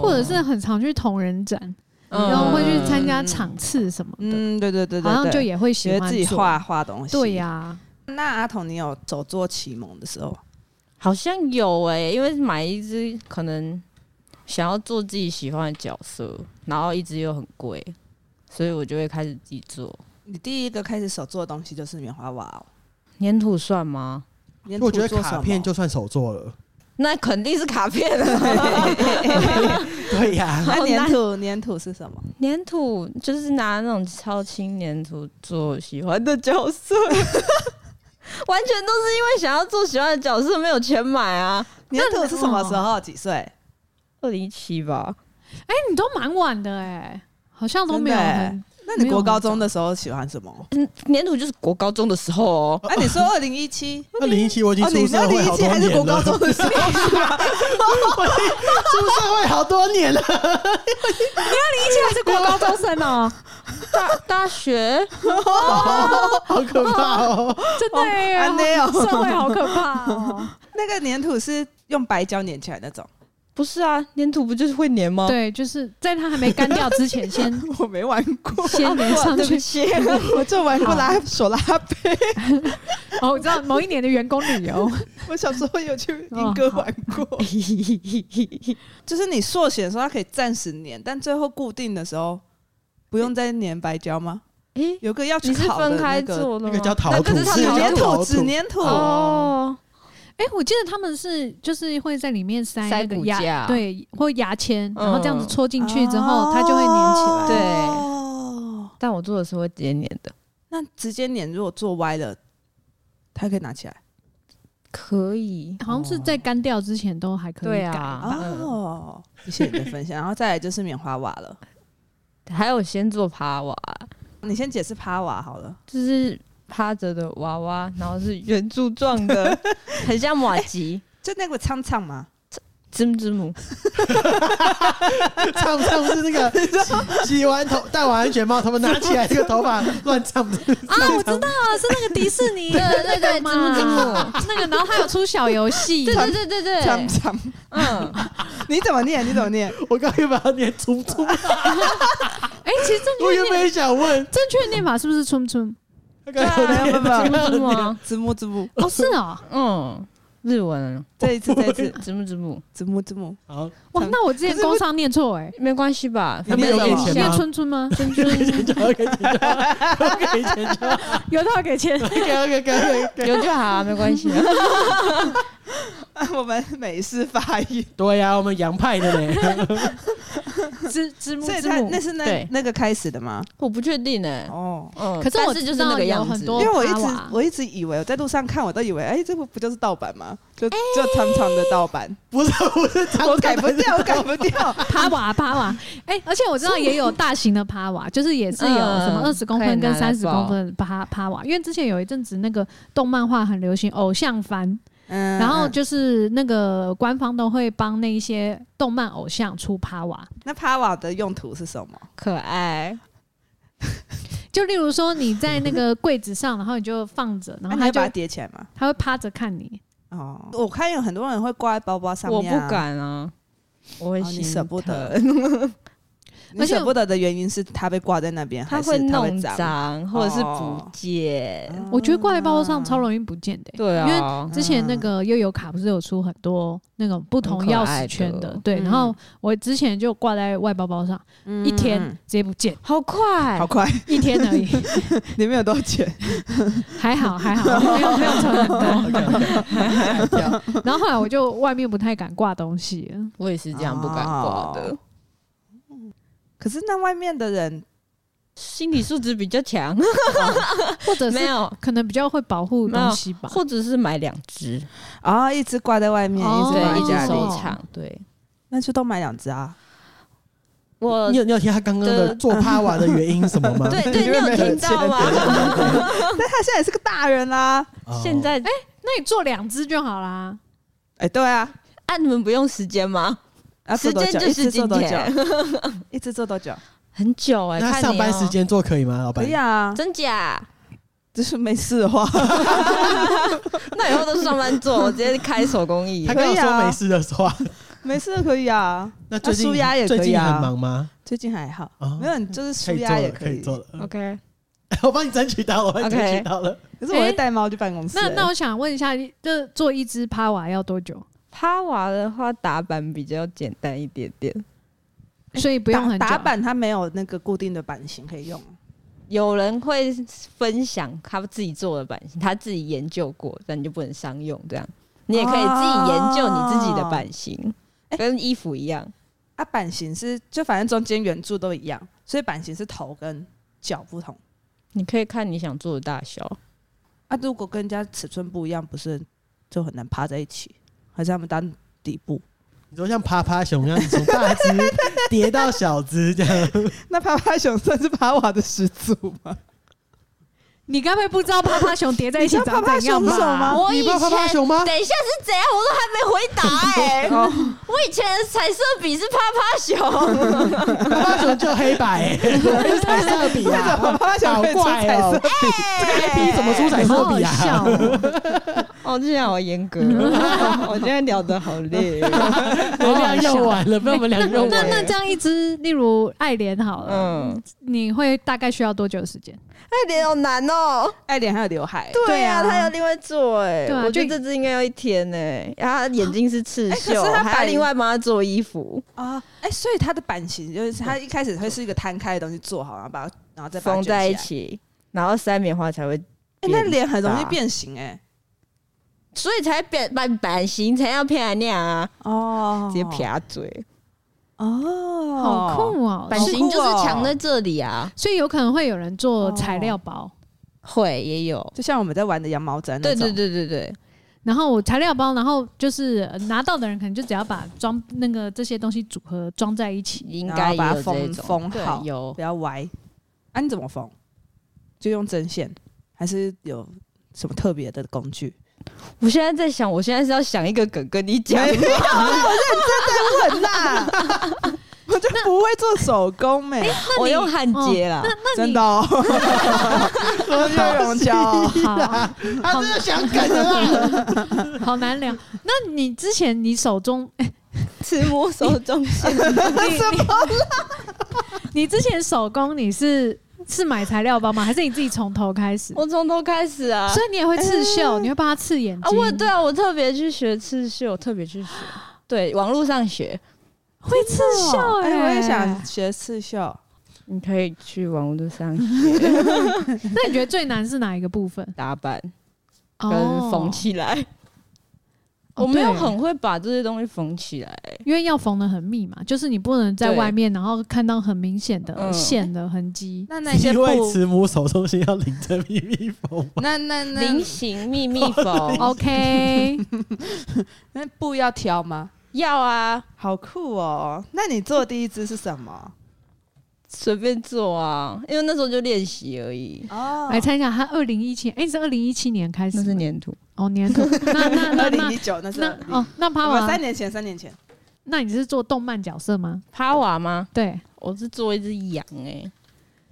S2: 或者是很常去同人展，
S4: 嗯
S2: 然后会去参加场次什么的，
S1: 嗯，对对对对对，
S2: 好像就也会喜
S1: 觉
S2: 欢
S1: 得自己
S2: 做
S1: 画。画东西。
S2: 对呀、、
S1: 那阿童，你有手做启蒙的时候？
S4: 好像有哎、因为买一只可能想要做自己喜欢的角色，然后一只又很贵，所以我就会开始自己做。
S1: 你第一个开始手做的东西就是棉花娃哦。
S4: 粘土算吗？
S1: 你
S3: 我觉得卡片 就算手做了，
S4: 那肯定是卡片啊
S3: 对呀、
S1: 那
S4: 好难
S1: 粘土粘土是什么？
S4: 粘土就是拿那种超轻粘土做喜欢的角色， 完全都是因为想要做喜欢的角色，没有钱买啊。
S1: 粘土是什么时
S2: 哦
S1: 候？几岁？
S4: 二零一七吧，
S2: 哎、你都蛮晚的哎、好像都没有
S1: 真的
S2: 很
S1: 那你国高中的时候喜欢什么？
S4: 嗯，粘土就是国高中的时候哦。
S1: 哎，你说二零一七？
S3: 二零一七我已经
S1: 哦，
S3: 出
S1: 你
S3: 社
S1: 二
S3: 会
S1: 零
S3: 好
S1: 一
S3: 多
S1: 七还是国
S3: 年
S1: 高
S3: 了，
S1: 中的时候？
S3: 出社会好多年了，
S2: 一切还是国高中生哦，
S4: 大大学，
S1: 哦
S3: 好可怕哦、
S2: 真的耶，
S1: 安内哦
S2: 社会好可怕哦。
S1: 那个粘土是用白胶粘起来那种，
S4: 不是啊，粘土不就是会粘吗？
S2: 对，就是在它还没干掉之前先，，
S1: 我没玩过
S2: 先粘上
S4: 啊对不
S2: 去。
S4: 起，
S1: 我就玩过拉手拉背。
S2: 哦，我知道某一年的员工旅游，
S1: 我小时候有去英歌玩 过，哦就是你塑形的时候它可以暂时粘，但最后固定的时候不用再粘白胶吗？
S4: 诶，
S1: 有个要去
S4: 你是
S1: 烤的
S4: 分开
S1: 那个
S4: 做的
S3: 那
S4: 吗？
S3: 个叫陶土，
S4: 那个是
S1: 纸
S4: 陶
S1: 粘
S3: 陶
S1: 土，纸粘土。
S4: 哦，
S2: 哎、我记得他们是就是会在里面塞
S4: 塞
S2: 那个
S4: 骨
S2: 牙，
S4: 架
S2: 对，或牙签，然后这样子
S4: 嗯
S2: 戳进去之后，它就会粘起来。
S4: 对
S1: 哦
S4: 但我做的时候会直接粘的，
S1: 那直接粘如果做歪了，它可以拿起来。
S4: 可以。
S2: 好像是在干掉之前都还可以
S4: 对
S2: 改。
S4: 啊，嗯
S1: 哦，谢谢你的分享。然后再来就是棉花娃了，
S4: 还有先做趴娃，
S1: 你先解释趴娃好了。
S4: 就是趴着的娃 娃，然后是圆柱状的，很像马吉。
S1: 就那个苍苍嘛，
S4: 字母字母，
S3: 唱唱是那个 洗洗完头戴完安全帽，他们拿起来这个头发乱唱的
S2: 啊，我知道了，是那个迪士尼的那个嘛，那个，然后他有出小游戏，
S4: 对对对对
S1: 长
S4: 对，
S1: 长，
S4: 嗯，
S1: 你怎么念？你怎么 念？
S3: 我刚刚把它念出 出，
S2: 哎，其实正
S3: 我
S2: 确
S3: 原本
S2: 念
S3: 也想问，
S2: 正确念法是不是春春？
S3: 他刚刚有
S1: 对啊
S3: 念
S1: 没办法
S3: 刚刚
S4: 字
S3: 有
S4: 母
S3: 念
S4: 啊，
S1: 字幕字幕，
S2: 哦，是哦，
S4: 嗯，日文
S1: 这一次这一次
S4: 字母字母，
S1: 字幕字幕，
S3: 好，
S2: 哇，
S1: 长
S2: 那我之前工商念错哎，
S4: 没关系吧？
S3: 你
S4: 他们
S3: 没有
S4: 有
S3: 给
S4: 印
S3: 钱
S4: 象
S2: 念
S3: 吗
S2: 春春吗？
S4: 珍珠
S3: 钱就好，给钱就好，给钱就好，
S2: 有他给钱，
S3: 给给给给给。
S4: 有就好啊，没关系啊。
S1: 我们美式发音，
S3: 对呀，我们洋派的呢，
S2: 之之 木
S1: 所以
S2: 之
S1: 他
S2: 木
S1: 那。是那
S4: 对
S1: 那个开始的吗？
S4: 我不确定哎，
S1: 哦。
S4: 嗯，
S2: 可是
S4: 但
S2: 我
S4: 是
S2: 知
S4: 就是
S2: 道
S4: 那个
S2: 有
S4: 样
S2: 很
S4: 子，
S2: 多
S1: 因为我一
S2: 阿
S1: 直
S2: 瓦
S1: 我一直以为我在路上看，我都以为哎、这不不就是盗版吗？就就长长的盗版，
S3: 不是不是，
S1: 我改不掉，我改不掉。
S2: 趴
S4: 嗯
S2: 瓦趴瓦，哎、而且我知道也有大型的趴 瓦，就是也是有什么
S4: 嗯
S2: 二十公
S4: 可以
S2: 分
S4: 拿
S2: 跟
S4: 来
S2: 三十公分的趴趴瓦，因为之前有一阵子那个动漫画很流行偶像番，
S1: 嗯
S2: 然后
S1: 嗯
S2: 就是那个官方都会帮那一些动漫偶像出趴瓦，
S1: 那帕瓦的用途是什么？
S4: 可爱，
S2: 就例如说你在那个柜子 上，然后你就放着，然
S1: 那
S2: 后
S4: 啊
S1: 你
S2: 他
S1: 会
S2: 就
S1: 把它叠起来吗？
S2: 他会趴着看你，
S1: 哦，我看有很多人会挂在包包上
S4: 我
S1: 面、
S4: 不，敢啊，我会
S1: 哦、你
S4: 心
S1: 舍不得
S4: 疼，。
S1: 你舍不得的原因是它被挂在那边，
S4: 它
S1: 还
S4: 会
S1: 是它
S4: 弄
S1: 会脏？
S4: 脏或者是不
S1: 哦
S4: 见，
S2: 我觉得挂在包包上超容易不见的、
S4: 对
S2: 因为
S4: 啊，
S2: 之前那个悠游卡不是有出很多那种不同
S4: 很可
S2: 钥
S4: 爱
S2: 匙圈的，
S4: 的
S2: 对。
S4: 嗯
S2: 然后我之前就挂在外包包上，
S1: 嗯
S2: 一天
S1: 嗯
S2: 直接不见，
S4: 好快
S1: 好，快，
S2: 一天而已，
S1: 里面有多少钱？
S2: 还好还好，没有没有存很多。
S3: 改掉，
S2: 然后后来我就外面不太敢挂东西了，
S4: 我也是这样不敢挂的
S1: 哦，可是那外面的人，
S4: 心理素质比较强，啊
S2: 或者
S4: 没
S2: 是
S4: 有，
S2: 可能比较会保护东西吧。
S4: 或者是买两只，
S1: 啊、一直挂在外面，一
S2: 哦
S1: 直挂在
S4: 对，一
S1: 家
S4: 只
S1: 里，
S4: 收藏，对
S1: 那就都买两只啊。
S4: 我
S3: 你。有你有听他刚刚的
S4: 的
S3: 做趴瓦的原因是什么 吗？
S4: 对对，你有听到吗？
S1: 但他现在也是个大人啊啦、
S3: 哦
S4: 现在
S2: 那你做两只就好啦。
S1: 哎、对啊，
S4: 啊，你们不用时间吗？
S1: 啊，做多
S4: 时
S1: 久？
S4: 间就
S1: 一
S4: 是
S1: 直做多久
S4: 金？
S1: 一直做多久？
S4: 很久哎，
S3: 那
S4: 看
S3: 上
S4: 你
S3: 班
S4: 哦
S3: 时间做可以吗，老
S1: 可
S3: 板
S1: 以？啊，
S4: 真假？
S1: 就是没事的话，
S4: 那以后都上班做，我直接开手工艺
S3: 他。刚刚
S1: 可以
S3: 说
S1: 啊
S3: 没事的话，
S1: 没事可以啊。
S3: 那最近
S1: 那舒压也可以啊
S3: 最近很忙吗？
S1: 最近还好，
S4: 哦
S3: 啊
S1: 没有，你就是舒
S3: 可以做
S1: 压也
S3: 了，可以做了。
S2: OK，
S3: 我帮你争取到，我帮你争取到了。
S1: 可是我会带猫去办公室、
S2: 那
S1: 欸
S2: 那我想问一下，这做一只趴瓦要多久？
S4: 趴娃的话，打板比较简单一点点。
S2: 所以不用很久。
S1: 打打板它没有那个固定的版型可以用，
S4: 有人会分享他自己做的版型，他自己研究过，但你就不能商用这样。你也可以自己研究你自己的版型，
S1: 哦
S4: 跟衣服一样。
S1: 啊，版型是就反正中间圆柱都一样，所以版型是头跟脚不同。
S4: 你可以看你想做的大小，
S1: 啊，如果跟人家尺寸不一样，不是就很难趴在一起，还是他们当底部？
S3: 你说像趴趴熊一样，你从大只叠到小只这样，
S1: 那趴趴熊算是趴瓦的始祖吗？
S2: 你该不会不知道趴趴熊叠在一起
S1: 你知道
S2: 长
S1: 趴趴
S2: 怎样
S1: 熊是什么
S2: 吧
S1: 吗？
S4: 我
S3: 你
S4: 以
S3: 不知
S4: 前
S3: 道趴趴熊吗
S4: 等一下是怎样，我都还没回 答哎、
S1: 哦，
S4: 我以前的彩色笔是趴趴 熊，
S3: 趴趴熊就黑白、欸，不是彩色笔
S1: 为什
S3: 啊，
S1: 么趴趴熊
S3: 好
S1: 可以出
S3: 怪
S1: 彩
S3: 哦、
S1: 色？
S3: 这个 IP 怎么出
S2: 好
S3: 彩色
S2: 好
S3: 笔
S2: 笑
S3: 啊？
S2: 哦，
S4: 哦，这样好严 格，哦我今天聊得好 累。
S3: 能量用完了，被我们两个用
S2: 那
S3: 完了。
S2: 那这样一只，例如爱莲好了，
S4: 嗯，
S2: 你会大概需要多久的时间？
S4: 那脸好难哦。
S1: 爱哎莲还有刘海，
S4: 对啊，
S2: 啊
S4: 他要另外做哎、
S2: 对啊
S4: 我觉
S2: 就
S4: 得这只应该要一天呢、他眼睛是 刺
S1: 哎可是
S4: 绣，
S1: 他
S4: 还
S1: 摆
S4: 要另外帮他做衣服，
S1: 啊，哎、所以它的版型就是它一开始会是一个摊开的东西做好，然后把它，然后再把它
S4: 缝
S1: 卷
S4: 在一
S1: 来。
S4: 起，然后塞棉花才会，
S1: 哎、那脸很容易
S4: 大
S1: 变形哎、
S4: 所以才变版版型才要偏那样啊，
S1: 哦
S4: 直接撇嘴，
S1: 哦，
S2: 好酷哦！
S4: 版
S1: 好
S4: 型
S1: 酷
S4: 就是
S1: 哦
S4: 强在这里啊，
S2: 所以有可能会有人做材料包，
S4: 会也有，
S1: 就像我们在玩的羊毛毡那
S4: 对
S1: 种，
S4: 对对对对，
S2: 然后我材料包，然后就是呃拿到的人可能就只要把装那个这些东西组合装在一起。
S4: 应
S1: 然
S4: 该
S1: 后
S4: 也
S1: 把它
S4: 有这
S1: 缝
S4: 种，
S1: 缝
S4: 对
S1: 好
S4: 有
S1: 不要歪。啊，你怎么缝？就用针线，还是有什么特别的工具？
S4: 我现在在想，我现在是要想一个梗跟你讲吗，
S1: 很啦，我就不会做手工没、
S4: 我用焊接 啦。
S1: 真 的、哦，我要用胶哦。
S2: 好
S3: 他真的想梗的啦，
S2: 好难聊。那你之前你手中，
S4: 慈母手中线，
S2: 你之前手工你是是买材料包吗？还是你自己从头开始？
S4: 我从头开始啊。
S2: 所以你也会刺绣，你会帮他刺眼
S4: 啊，
S2: 睛？
S4: 我对啊，我特别去学刺绣，特别去学，对，网络上学，
S2: 会刺绣
S1: 哎、
S2: 哎，
S1: 我也想。学刺绣。
S4: 你可以去网络 上
S2: 那你觉得最难是哪一个部分？
S4: 打版跟
S2: 哦
S4: 缝起来。
S2: 哦
S4: 我没有
S2: 对
S4: 很会把这些东西缝起来，
S2: 因为要缝的很密嘛，就是你不能在
S4: 对
S2: 外面，然后看到很明显的
S4: 嗯
S2: 线的痕迹。
S1: 那那些
S3: 因为
S1: 布，
S3: 慈母手中线要领着秘密缝吗？
S1: 那那那
S4: 哦菱形密密缝哦
S2: OK，
S1: 那布要挑吗？
S4: 要啊，
S1: 好酷哦！那你做第一支是什么？
S4: 随便做啊，因为那时候就练习而已。
S1: 哦
S2: 来猜一下，他二零一七，哎，你是二零一七年开始
S4: 那
S2: 吗？
S4: 是粘土，
S2: 哦，粘土。那那那
S1: 二
S2: 那
S1: 零一九那是
S2: 那哦，那帕
S1: 我三
S2: 瓦，
S1: 年前，三年前
S2: 那你是做动漫角色吗？
S4: 趴瓦吗？
S2: 对，
S4: 我是做一只羊哎、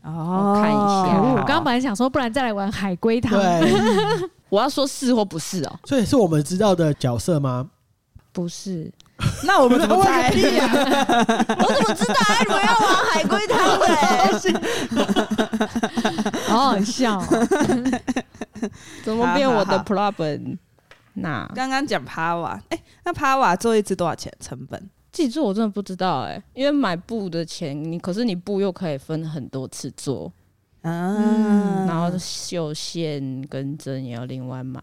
S1: 哦
S4: 我看一下
S2: 哦
S1: 啊
S2: 我
S4: 好
S2: 刚刚本来想说，不然再来玩海龟汤。
S3: 对，
S4: 我要说是或不是哦，
S3: 所以是我们知道的角色吗？
S4: 不是。
S1: 那我们怎么猜？
S4: 我怎么知道？哎，我要玩海龟汤哎、
S2: 好好笑哦。
S4: 怎么变我
S1: 好
S4: 的
S1: 好好
S4: problem？那
S1: 刚刚讲帕瓦，哎，那帕瓦做一支多少钱？成本？
S4: 自己做我真的不知道哎、因为买布的钱，你可是你布又可以分很多次做， 啊
S1: 嗯
S4: 然后绣线跟针也要另外买。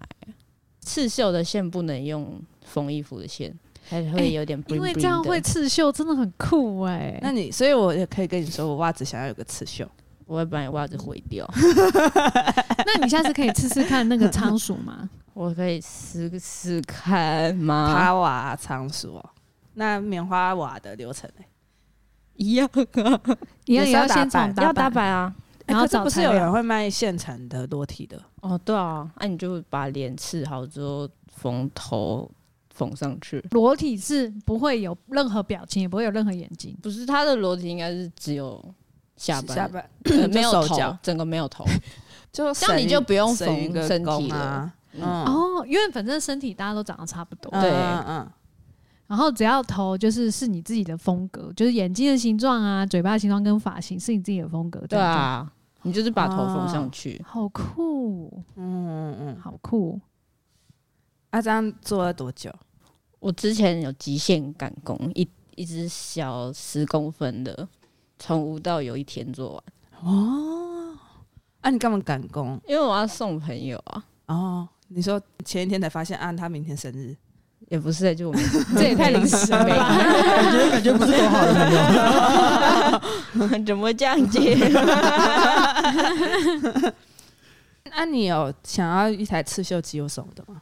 S4: 刺绣的线不能用缝衣服的线，还会有点 bling bling 的、
S2: 因为这样会刺绣，真的很酷哎。
S1: 那你，所以我也可以跟你说，我袜子想要有个刺 绣。
S4: 我会把你袜子毁掉。
S2: 那你下次可以试试看那个仓鼠 吗？
S4: 我可以试试看吗？
S1: 帕瓦仓鼠哦，那棉花瓦的流程呢？
S4: 一样啊，
S2: 一
S1: 也
S2: 样
S1: 是
S2: 也要
S1: 要打
S2: 先
S1: 板
S2: 从
S4: 要打
S2: 打
S4: 板啊。
S2: 然后
S1: 哎可是
S2: 找
S1: 不是
S2: 材
S1: 有
S2: 料
S1: 人会卖现成的裸体的？
S4: 哦，对啊，那、你就把脸刺好之后，缝头缝上去。
S2: 裸体是不会有任何表情，也不会有任何眼睛。
S4: 不是他的裸体应该是只有下半，
S1: 下半
S4: 呃没有
S1: 就手
S4: 头
S1: 脚，
S4: 整个没有头。
S1: 就
S4: 这样你
S1: 省
S4: 就不用
S1: 省一
S4: 缝
S1: 个
S4: 身体
S1: 工啊。嗯，
S2: 哦，因为反正身体大家都长得差不多，
S4: 嗯对
S1: 嗯嗯，
S2: 然后只要头就是是你自己的风格，就是眼睛的形状啊、嘴巴的形状跟发型是你自己的风格，这
S4: 对
S2: 样就好，
S4: 啊，你就是把头缝上去。
S2: 好酷，
S1: 嗯嗯嗯嗯。
S2: 好酷，
S1: 啊，这样做了多久？
S4: 我之前有极限赶工，一一只小十公分的，从无到有一天做完，
S1: 啊，你干嘛赶工？
S4: 因为我要送朋友啊。
S1: 哦，你说前一天才发现，啊，他明天生日，
S4: 也不是、就我们
S2: 这也太临时了吧？
S3: 感觉感觉不是多好的朋友。
S4: 怎么这样接？
S1: 那、你有想要一台刺绣机或什么的吗？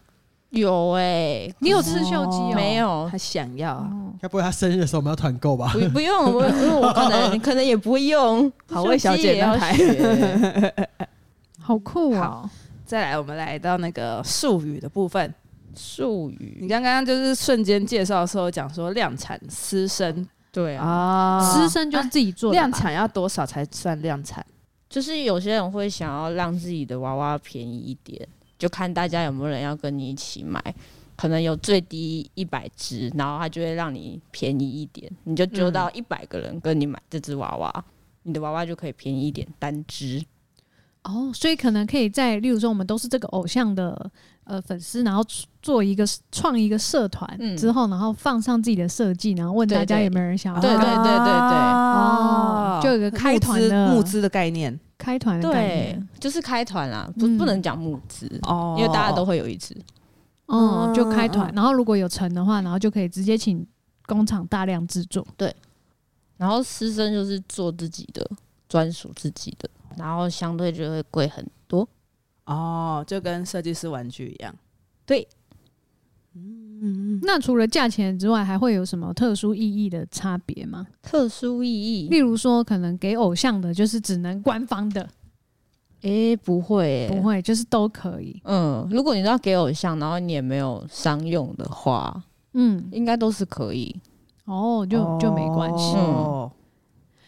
S4: 有哎、
S2: 你有刺绣机哦？
S4: 没有
S1: 他，想要啊，
S2: 哦。
S3: 该不会他生日的时候我们要团购吧？
S4: 不不用，我因为我可能可能也不会用。
S1: 好味小姐那台
S4: 手机也要学
S2: 好酷哦！
S1: 再来，我们来到那个术语的部分。
S4: 术
S1: 你
S4: 语，
S1: 刚刚就是瞬间介绍的时候讲说量产私生
S4: 对啊，
S1: 啊
S2: 私生就是自己做的吧
S1: 量产要多少才算量产？
S4: 就是有些人会想要让自己的娃娃便宜一点，就看大家有没有人要跟你一起买。可能有最低一百只，然后他就会让你便宜一点，你就揪
S2: 嗯
S4: 到一百个人跟你买这只娃娃，你的娃娃就可以便宜一点单只。
S2: 哦，所以可能可以在，例如说我们都是这个偶像的呃粉丝，然后做一个创一个社团、
S4: 嗯
S2: 之后，然后放上自己的设计，然后问大
S4: 对
S2: 家
S4: 对
S2: 有没有人想
S1: 啊
S2: 要
S4: 对对对对对
S2: 哦就有个开团的
S1: 募资募资的概念
S2: 开团的概
S4: 对
S2: 念，，
S4: 就是开团啦，不、
S2: 嗯
S4: 不能讲募资。
S1: 哦
S4: 因为大家都会有一只，
S2: 哦、
S1: 嗯
S2: 就开团，然后如果有成的话，然后就可以直接请工厂大量制作。
S4: 然后师生就是做自己的，专属自己的，然后相对就会贵很多。
S1: 哦，就跟设计师玩具一样。
S4: 对，
S2: 那除了价钱之外，还会有什么特殊意义的差别吗？
S4: 特殊意义
S2: 例如说，可能给偶像的就是只能官方的，
S4: 诶、不会、欸，
S2: 不。会，就是都可以。
S4: 嗯，如果你要给偶像，然后你也没有商用的话，
S2: 嗯，
S4: 应该都是可以。
S2: 哦，就就没关系。
S1: 哦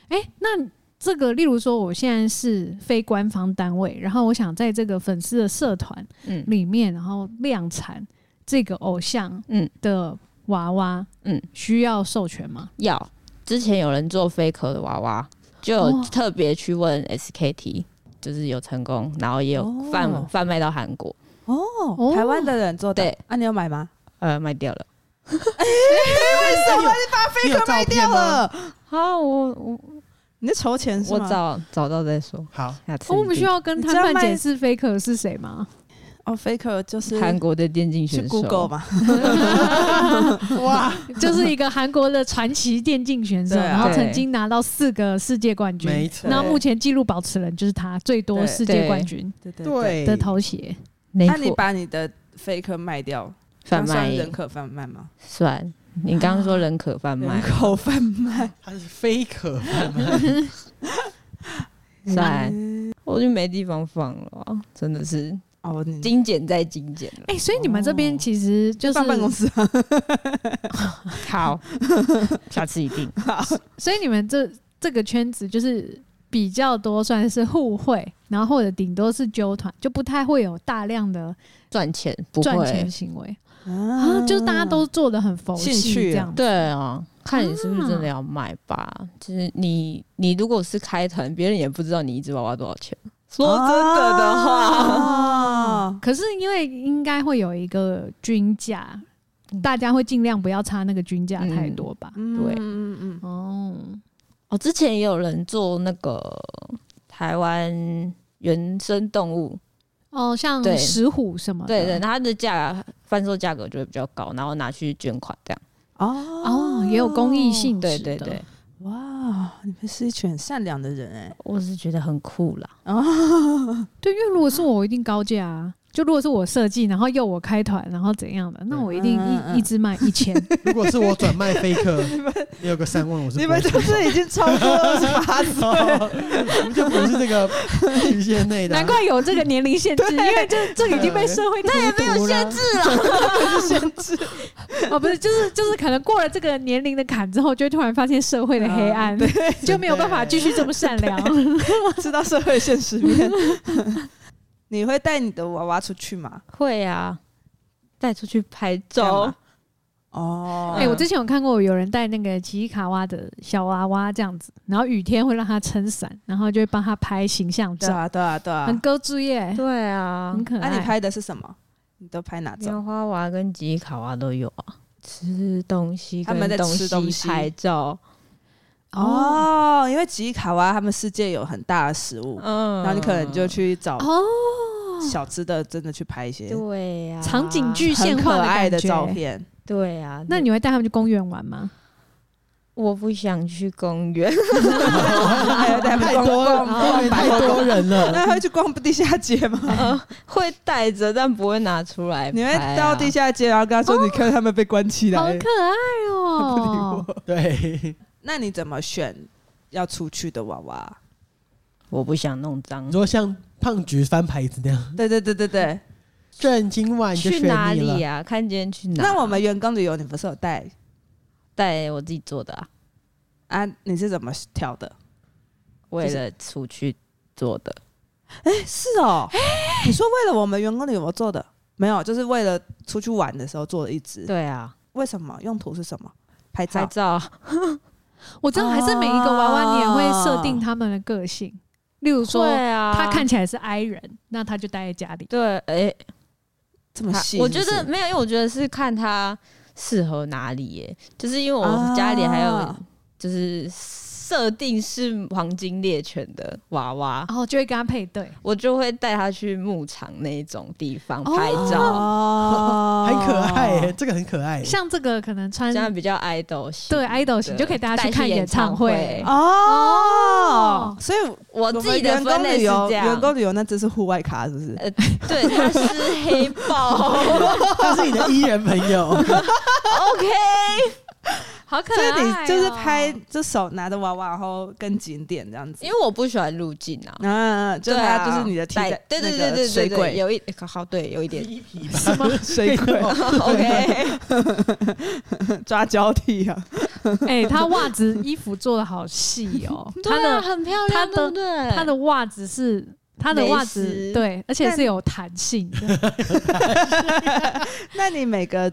S2: 哎、那这个，例如说，我现在是非官方单位，然后我想在这个粉丝的社团
S4: 嗯
S2: 里面，然后量产这个偶像
S4: 嗯，
S2: 的娃娃，
S4: 嗯，
S2: 需要授权吗？
S4: 要。之前有人做飞壳的娃娃，就有
S2: 哦
S4: 特别去问 SKT，、就是有成功，然后也有
S1: 哦
S4: 贩贩、卖到韩国，
S1: 哦
S2: 哦
S1: 台湾的人做的
S4: 对，
S1: 啊，你有买吗？
S4: 呃，卖掉了。
S3: 为什么你把飞
S1: 可卖掉？了，
S4: 好，我我
S1: 呃你在筹钱是
S4: 我
S1: 吗？
S4: 找找到再说，
S3: 好，
S4: 下次
S2: 哦我
S4: 一
S2: 们需
S4: 定
S2: 要跟
S1: 你
S2: 摊
S1: 知道
S2: 贩
S1: 卖
S2: 解释飞壳是 谁吗？
S1: 哦，Faker 就是
S4: 韩国的电竞选
S1: 去
S4: 手
S1: Google 嘛，
S3: 哇，
S2: 就是一个韩国的传奇电竞选手，
S1: 对啊
S2: 然后
S4: 对
S2: 曾经拿到四个世界冠
S3: 没
S2: 军，
S3: 错，
S2: 那目前纪录保持人就是他，最多
S1: 对
S2: 世界冠军
S1: 对对对。
S3: 对
S2: 的头衔。
S4: 没
S1: 那你
S4: 错，
S1: 把你的 Faker 卖掉，
S4: 贩
S1: 那
S4: 卖
S1: 算人可贩卖吗？
S4: 算。你刚刚说人可贩卖
S1: 人，口贩卖，
S3: 他是飞可
S4: 算，我就没地方放了啊，真的是
S1: 哦，你
S4: 精简再精简了。
S2: 哎、所以你们这边
S1: 哦
S2: 其实就是
S1: 放办公室啊，
S4: 好， 下次一定。
S2: 所以你们这这个圈子就是比较多算是互惠，然后或者顶多是纠团，就不太会有大量的
S4: 赚钱不
S2: 赚钱
S4: 会，
S2: 行为啊
S1: 啊，
S2: 就大家都做的很佛
S1: 兴
S2: 系
S1: 趣啊
S2: 这样。
S4: 对啊，看你是不是真的要卖吧。就是你，你如果是开团，别人也不知道你一只娃娃多少钱。说真的的话，
S1: 啊，
S2: 可是因为应该会有一个均价，
S4: 嗯
S2: 大家会尽量不要差那个均价太多吧。
S1: 对，嗯嗯嗯，
S2: 哦，
S4: 哦，之前也有人做那个台湾原生动物，
S2: 哦，像
S4: 对
S2: 石虎什么的，
S4: 啊对对，它的价贩售价格就会比较高，然后拿去捐款这样。
S1: 哦
S2: 哦，也有公益，性质的，
S4: 对对对，
S1: 哇，你们是一群很善良的人哎，
S4: 我是觉得很酷啦。
S2: 对，因为如果是我，我一定高价啊。就如果是我设计，然后又我开团，然后怎样的，那我一定一、
S1: 嗯嗯嗯
S2: 一只卖一 千。
S4: 啊
S3: 如果是我转卖飞可，有个三万，我是
S1: 你们
S3: 不
S1: 就
S3: 会
S1: 是已经超过二十八岁了，
S3: 我们就不是这个局限内的啊，
S2: 难怪有这个年龄限制， 因为这这个已经被社会
S4: 啊
S2: 那也没有限制了，限制 哦，不是，就是就是可能过了这个年龄的坎之后，就会突然发现社会的黑
S4: 嗯
S2: 暗， 就没有办法继续这么善良。
S1: 知道社会现实面。你会带你的娃娃出去吗？
S4: 会啊，带出去拍
S1: 干
S4: 照
S1: 嘛。哦，
S2: 哎、我之前有看过有人带那个奇异卡哇的小娃娃这样子，然后雨天会让他撑伞，然后就会帮他拍形象
S1: 对
S2: 照，
S1: 啊，对啊，对啊
S2: 很。勾注耶，
S4: 对啊
S2: 很可
S1: 那
S2: 爱。
S1: 你拍的是什么？你都拍哪种？
S4: 棉花娃跟吉卡娃都有啊，吃东西
S1: 他
S4: 跟
S1: 们在吃东
S4: 西
S1: 西
S4: 拍照，
S2: 哦
S1: 哦，因为吉卡哇他们世界有很大的食物，
S4: 嗯
S1: 然后你可能就去找
S2: 哦，
S1: 小吃的，真的去拍一些
S4: 对呀、啊，
S2: 场景具
S1: 很
S2: 现
S1: 可
S2: 化
S1: 爱
S2: 的
S1: 的
S2: 感觉
S1: 照。片。
S4: 对啊，
S2: 那你会带他们去公园玩吗？
S4: 我不想去公园，
S1: 还有带他
S3: 太
S1: 们逛
S3: 多
S1: 逛
S3: 了，
S1: 百
S3: 太
S1: 货公
S3: 多
S1: 司
S3: 人了。
S1: 那会去逛地下街吗？
S4: 会带着但不会拿出来、啊
S1: 你会到地？下街，然后跟他说：“你看他们被关起
S2: 好
S1: 来。
S2: 可爱哦、
S3: 对，”
S1: 那你怎么选要出去的娃娃？
S4: 我不想弄脏
S3: 你。说像胖橘翻牌子那样，
S1: 对对对对对。
S3: 朕今晚就
S4: 去
S3: 选
S4: 哪
S3: 你了
S4: 里。呀、啊？看今天去哪？
S1: 那我们员工旅游，你不是有带
S4: 带我自己做的啊，
S1: 啊？你是怎么挑的？
S4: 为了出去做的。
S1: 哎是哦，你说为了我们员工旅游做的，没有，就是为了出去玩的时候做了一只。
S4: 对啊，
S1: 为什么？用途是什么？拍
S4: 拍
S1: 照。
S4: 照
S2: 我知道，还是每一个娃娃你也会设定他们的个性，例如说
S4: 对啊，
S2: 他看起来是 I 人，那他就待在家里。
S4: 对，哎、
S1: 这么
S4: 他
S1: 细
S4: 啊我
S1: 是
S4: 觉
S1: 不是
S4: 得没有，因为我觉得是看他适合哪里耶。就是因为我
S1: 啊
S4: 家里还有就是设定是黄金猎犬的娃娃，
S2: 然后就会跟他配对，
S4: 我就会带他去牧场那一种地方拍照，
S1: 哦
S3: 很可爱、耶，这个很可爱耶、
S2: 像这个可能穿
S4: 这样比较爱豆型。
S2: 对 idol 型，就可以带他去看演唱会。
S1: 哦。所以
S4: 我
S1: 我
S4: 自
S1: 们
S4: 己的
S1: 员
S4: 分
S1: 工
S4: 类
S1: 旅
S4: 是
S1: 游，
S4: 这样
S1: 员，工旅游那只是户外卡，是不是？
S4: 呃，对，他是黑豹
S3: E 他是你的伊人朋友，
S4: ，OK，
S2: 好可
S1: 所
S2: 爱、哦
S1: 以你就是拍，就手拿着娃娃，然后跟景点这样子
S4: 因。为我不喜欢入境啊。
S1: 啊， 就
S4: 对
S1: 它
S4: 啊
S1: 就是你的替代，
S4: 带对对
S1: 那
S4: 对
S1: 个
S4: 对
S1: 水
S4: 对对，
S1: 鬼
S4: 有一好好对，有一点
S1: 什么水鬼
S4: OK。
S1: 抓交替啊，
S2: 哎、他袜子衣服做的好细哦，他
S4: 对啊
S2: 的
S4: 很漂
S2: 他的
S4: 亮，对不对？
S2: 他的袜子是他的袜
S4: 蕾
S2: 子
S4: 丝
S2: 对，而且是有弹性的。
S1: 那你每个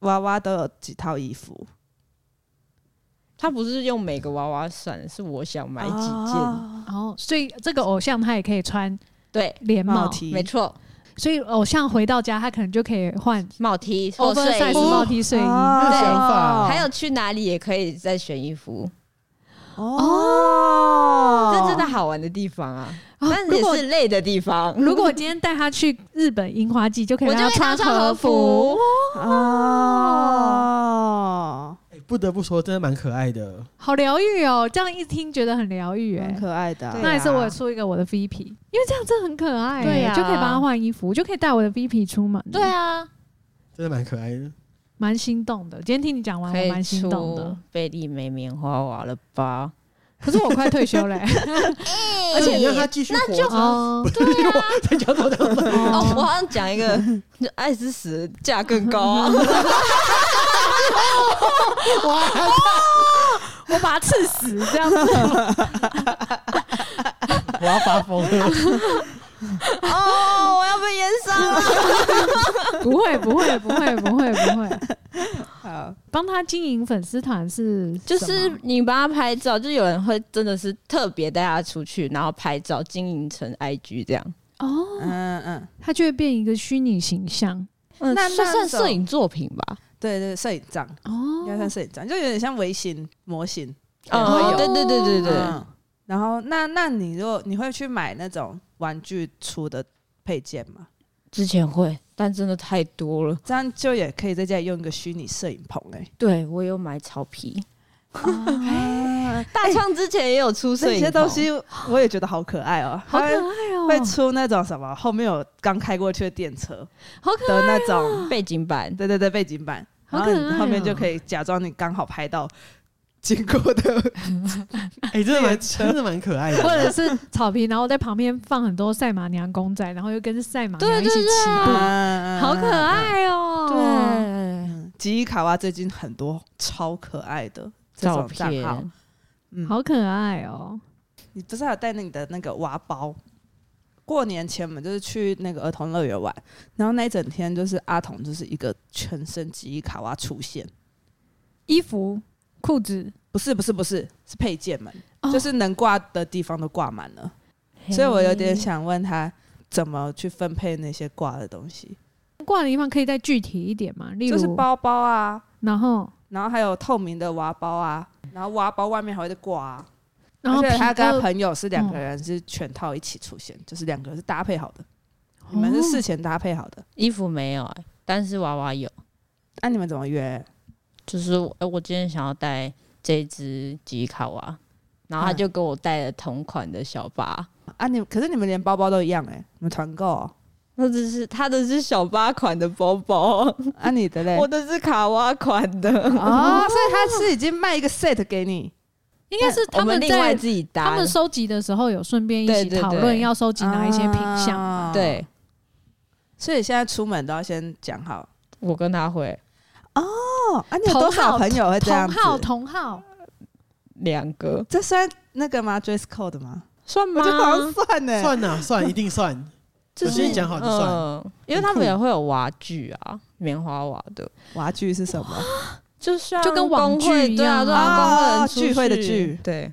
S1: 娃娃都有几套衣服？
S4: 他不是用每个娃娃算，是我想买几件。
S1: 哦
S2: 然后，所以这个偶像他也可以穿
S4: 对，
S2: 连帽
S1: 帽，T
S4: 没错，
S2: 所以偶像回到家他可能就可以换
S4: 帽 T 或哦睡
S2: oversize 帽
S4: 衣，
S2: T 睡衣。
S1: 哦
S4: 对
S3: 想法
S4: 还有去哪里也可以再选衣服，
S1: 哦
S4: 这真的好玩的地方啊！
S2: 哦
S4: 但
S2: 如
S4: 也
S2: 果
S4: 是累的地方。
S2: 如果今天带他去日本樱花季，就可以
S4: 我
S2: 让
S4: 就可以
S2: 穿
S4: 让他穿和
S2: 服
S4: 服，
S1: 哦，
S3: 哎不得不说，真的蛮可爱的。
S2: 好疗愈哦。这样一听觉得很疗愈哎
S1: 蛮。可爱的啊、
S4: 对
S2: 那也是我
S4: 啊
S2: 也出一个我的 VP，因为这样真的很可爱欸，
S4: 对啊
S2: 就可以帮他换衣服，我就可以带我的 VP 出门，
S4: 对，啊，
S3: 真的蛮可爱的。
S2: 蛮心动的。今天听你讲完，
S4: 可
S2: 我
S4: 以
S2: 蛮心动
S4: 出
S2: 的。
S4: 贝利梅棉花娃了吧？
S2: 可是我快退休 嘞，
S3: 而且你让他继续活着，
S2: 哦
S3: 不是我在讲什么讲什么？
S4: 哦，我
S2: 哦，
S4: 好像讲一 个，就爱之死价更高啊！
S2: 我把他刺死这样子。
S3: 我要发疯了。
S4: 哦，我要被淹杀了。
S2: 不会，不会，不会，不会，不会。
S1: 好，
S2: 帮他经营粉丝团是什
S4: 就
S2: 么
S4: 是你帮他拍照，就有人会真的是特别带他出去，然后拍照经营成 IG 这样。
S2: 哦，
S1: 嗯嗯，
S2: 他就会变一个虚拟形象
S4: 嗯
S1: 那
S4: 算
S1: 那
S4: 算
S1: 种
S4: 摄影作品吧。
S1: 对对，摄影帐应该
S2: 哦。
S1: 算摄影帐，就有点像微型模型。
S4: 嗯，
S2: 有
S4: 对对对对对，
S1: 嗯然后那那你如果你会去买那种玩具出的配件吗？
S4: 之前会，但真的太多了。
S1: 这样就也可以在家里用一个虚拟摄影棚哎、
S4: 对我有买草皮，哦
S1: 欸，
S4: 大创之前也有出摄
S1: 这
S4: 影
S1: 些东
S4: 棚
S1: 西我也觉得好可爱哦、
S2: 好可
S1: 它
S2: 爱哦！
S1: 会出那种什么后面有刚开过去的电车
S2: 好可哦
S1: 的那种，
S4: 背景板，
S1: 对对对，背景板，
S2: 好
S1: 然
S2: 可
S1: 后
S2: 爱
S1: 你后面
S2: 哦
S1: 就可以假装你刚好拍到经过的
S3: 哎，真的蛮真的蛮可爱
S2: 或
S3: 的。
S2: 者是草坪，然后在旁边放很多赛马娘公仔，然后又跟赛马娘
S4: 对
S2: 一起
S4: 对
S2: 骑步，
S1: 啊
S2: 好可。爱哦、
S4: 对，
S1: 嗯吉伊卡哇最近很多超可爱的这
S4: 照
S1: 种账号
S4: 片，，
S1: 嗯，
S2: 好可爱哦、
S1: 你不是还有带那你的那个娃包？过年前我们就是去那个儿童乐园玩，然后那一整天就是阿童就是一个全身吉伊卡哇出现，
S2: 衣服、裤子，
S1: 不是不是不是是配件们，
S2: 哦
S1: 就是能挂的地方都挂满了，所以我有点想问他怎么去分配那些挂的东西，
S2: 挂的地方可以再具体一点嘛？例如，
S1: 就是包包啊，
S2: 然后
S1: 然后还有透明的娃包啊，然后娃包外面还会再挂、啊，
S2: 然后
S1: 而且他跟他
S2: 皮
S1: 朋友是两个
S2: 嗯
S1: 人是全套一起出现，就是两个人是搭配好的，
S2: 哦
S1: 你们是事前搭配好的，
S4: 衣服没有、哎，但是娃娃有，
S1: 那、你们怎么约？
S4: 就是哎、我今天想要带这只吉卡娃，然后他
S1: 嗯
S4: 就跟我带了同款的小巴，
S1: 啊你，可是你们连包包都一样哎、你们团购、哦、
S4: 那只是他的是小巴款的包包，
S1: 啊，你的嘞？
S4: 我的是卡哇款 的，
S1: 哦， 所以他是已经卖一个 set 给你，
S2: 应该是
S4: 我
S2: 他
S4: 们
S2: 们
S4: 另外
S2: 在
S4: 自己
S2: 他
S4: 搭的
S2: 们，收集的时候有顺便一
S4: 对
S2: 起
S4: 对对
S2: 讨论要收集哪一些品相
S1: 啊
S2: 嘛。
S4: 对，
S1: 所以现在出门都要先讲好
S4: 我跟他会
S1: 哦。啊，你有多少
S2: 同号
S1: 朋友会这样
S2: 同
S1: 子？
S2: 号同号，
S4: 两个，
S1: 这算那个吗？dress code 吗？
S4: 算
S1: 我
S4: 吗
S1: 觉得好像啊算欸呢、
S3: 算呐，算一定算。
S4: 就
S3: 我
S4: 是
S3: 先讲好就算
S2: 呃
S4: 嗯，因为他们也会有娃具啊，棉花娃的，
S1: 娃具是什么？
S4: 就像
S2: 就跟网
S4: 工
S2: 剧
S4: 会
S2: 一
S4: 对啊，
S2: 样
S4: 对啊，工会
S1: 啊
S4: 人出
S1: 聚会的
S4: 去
S1: 聚
S4: 对，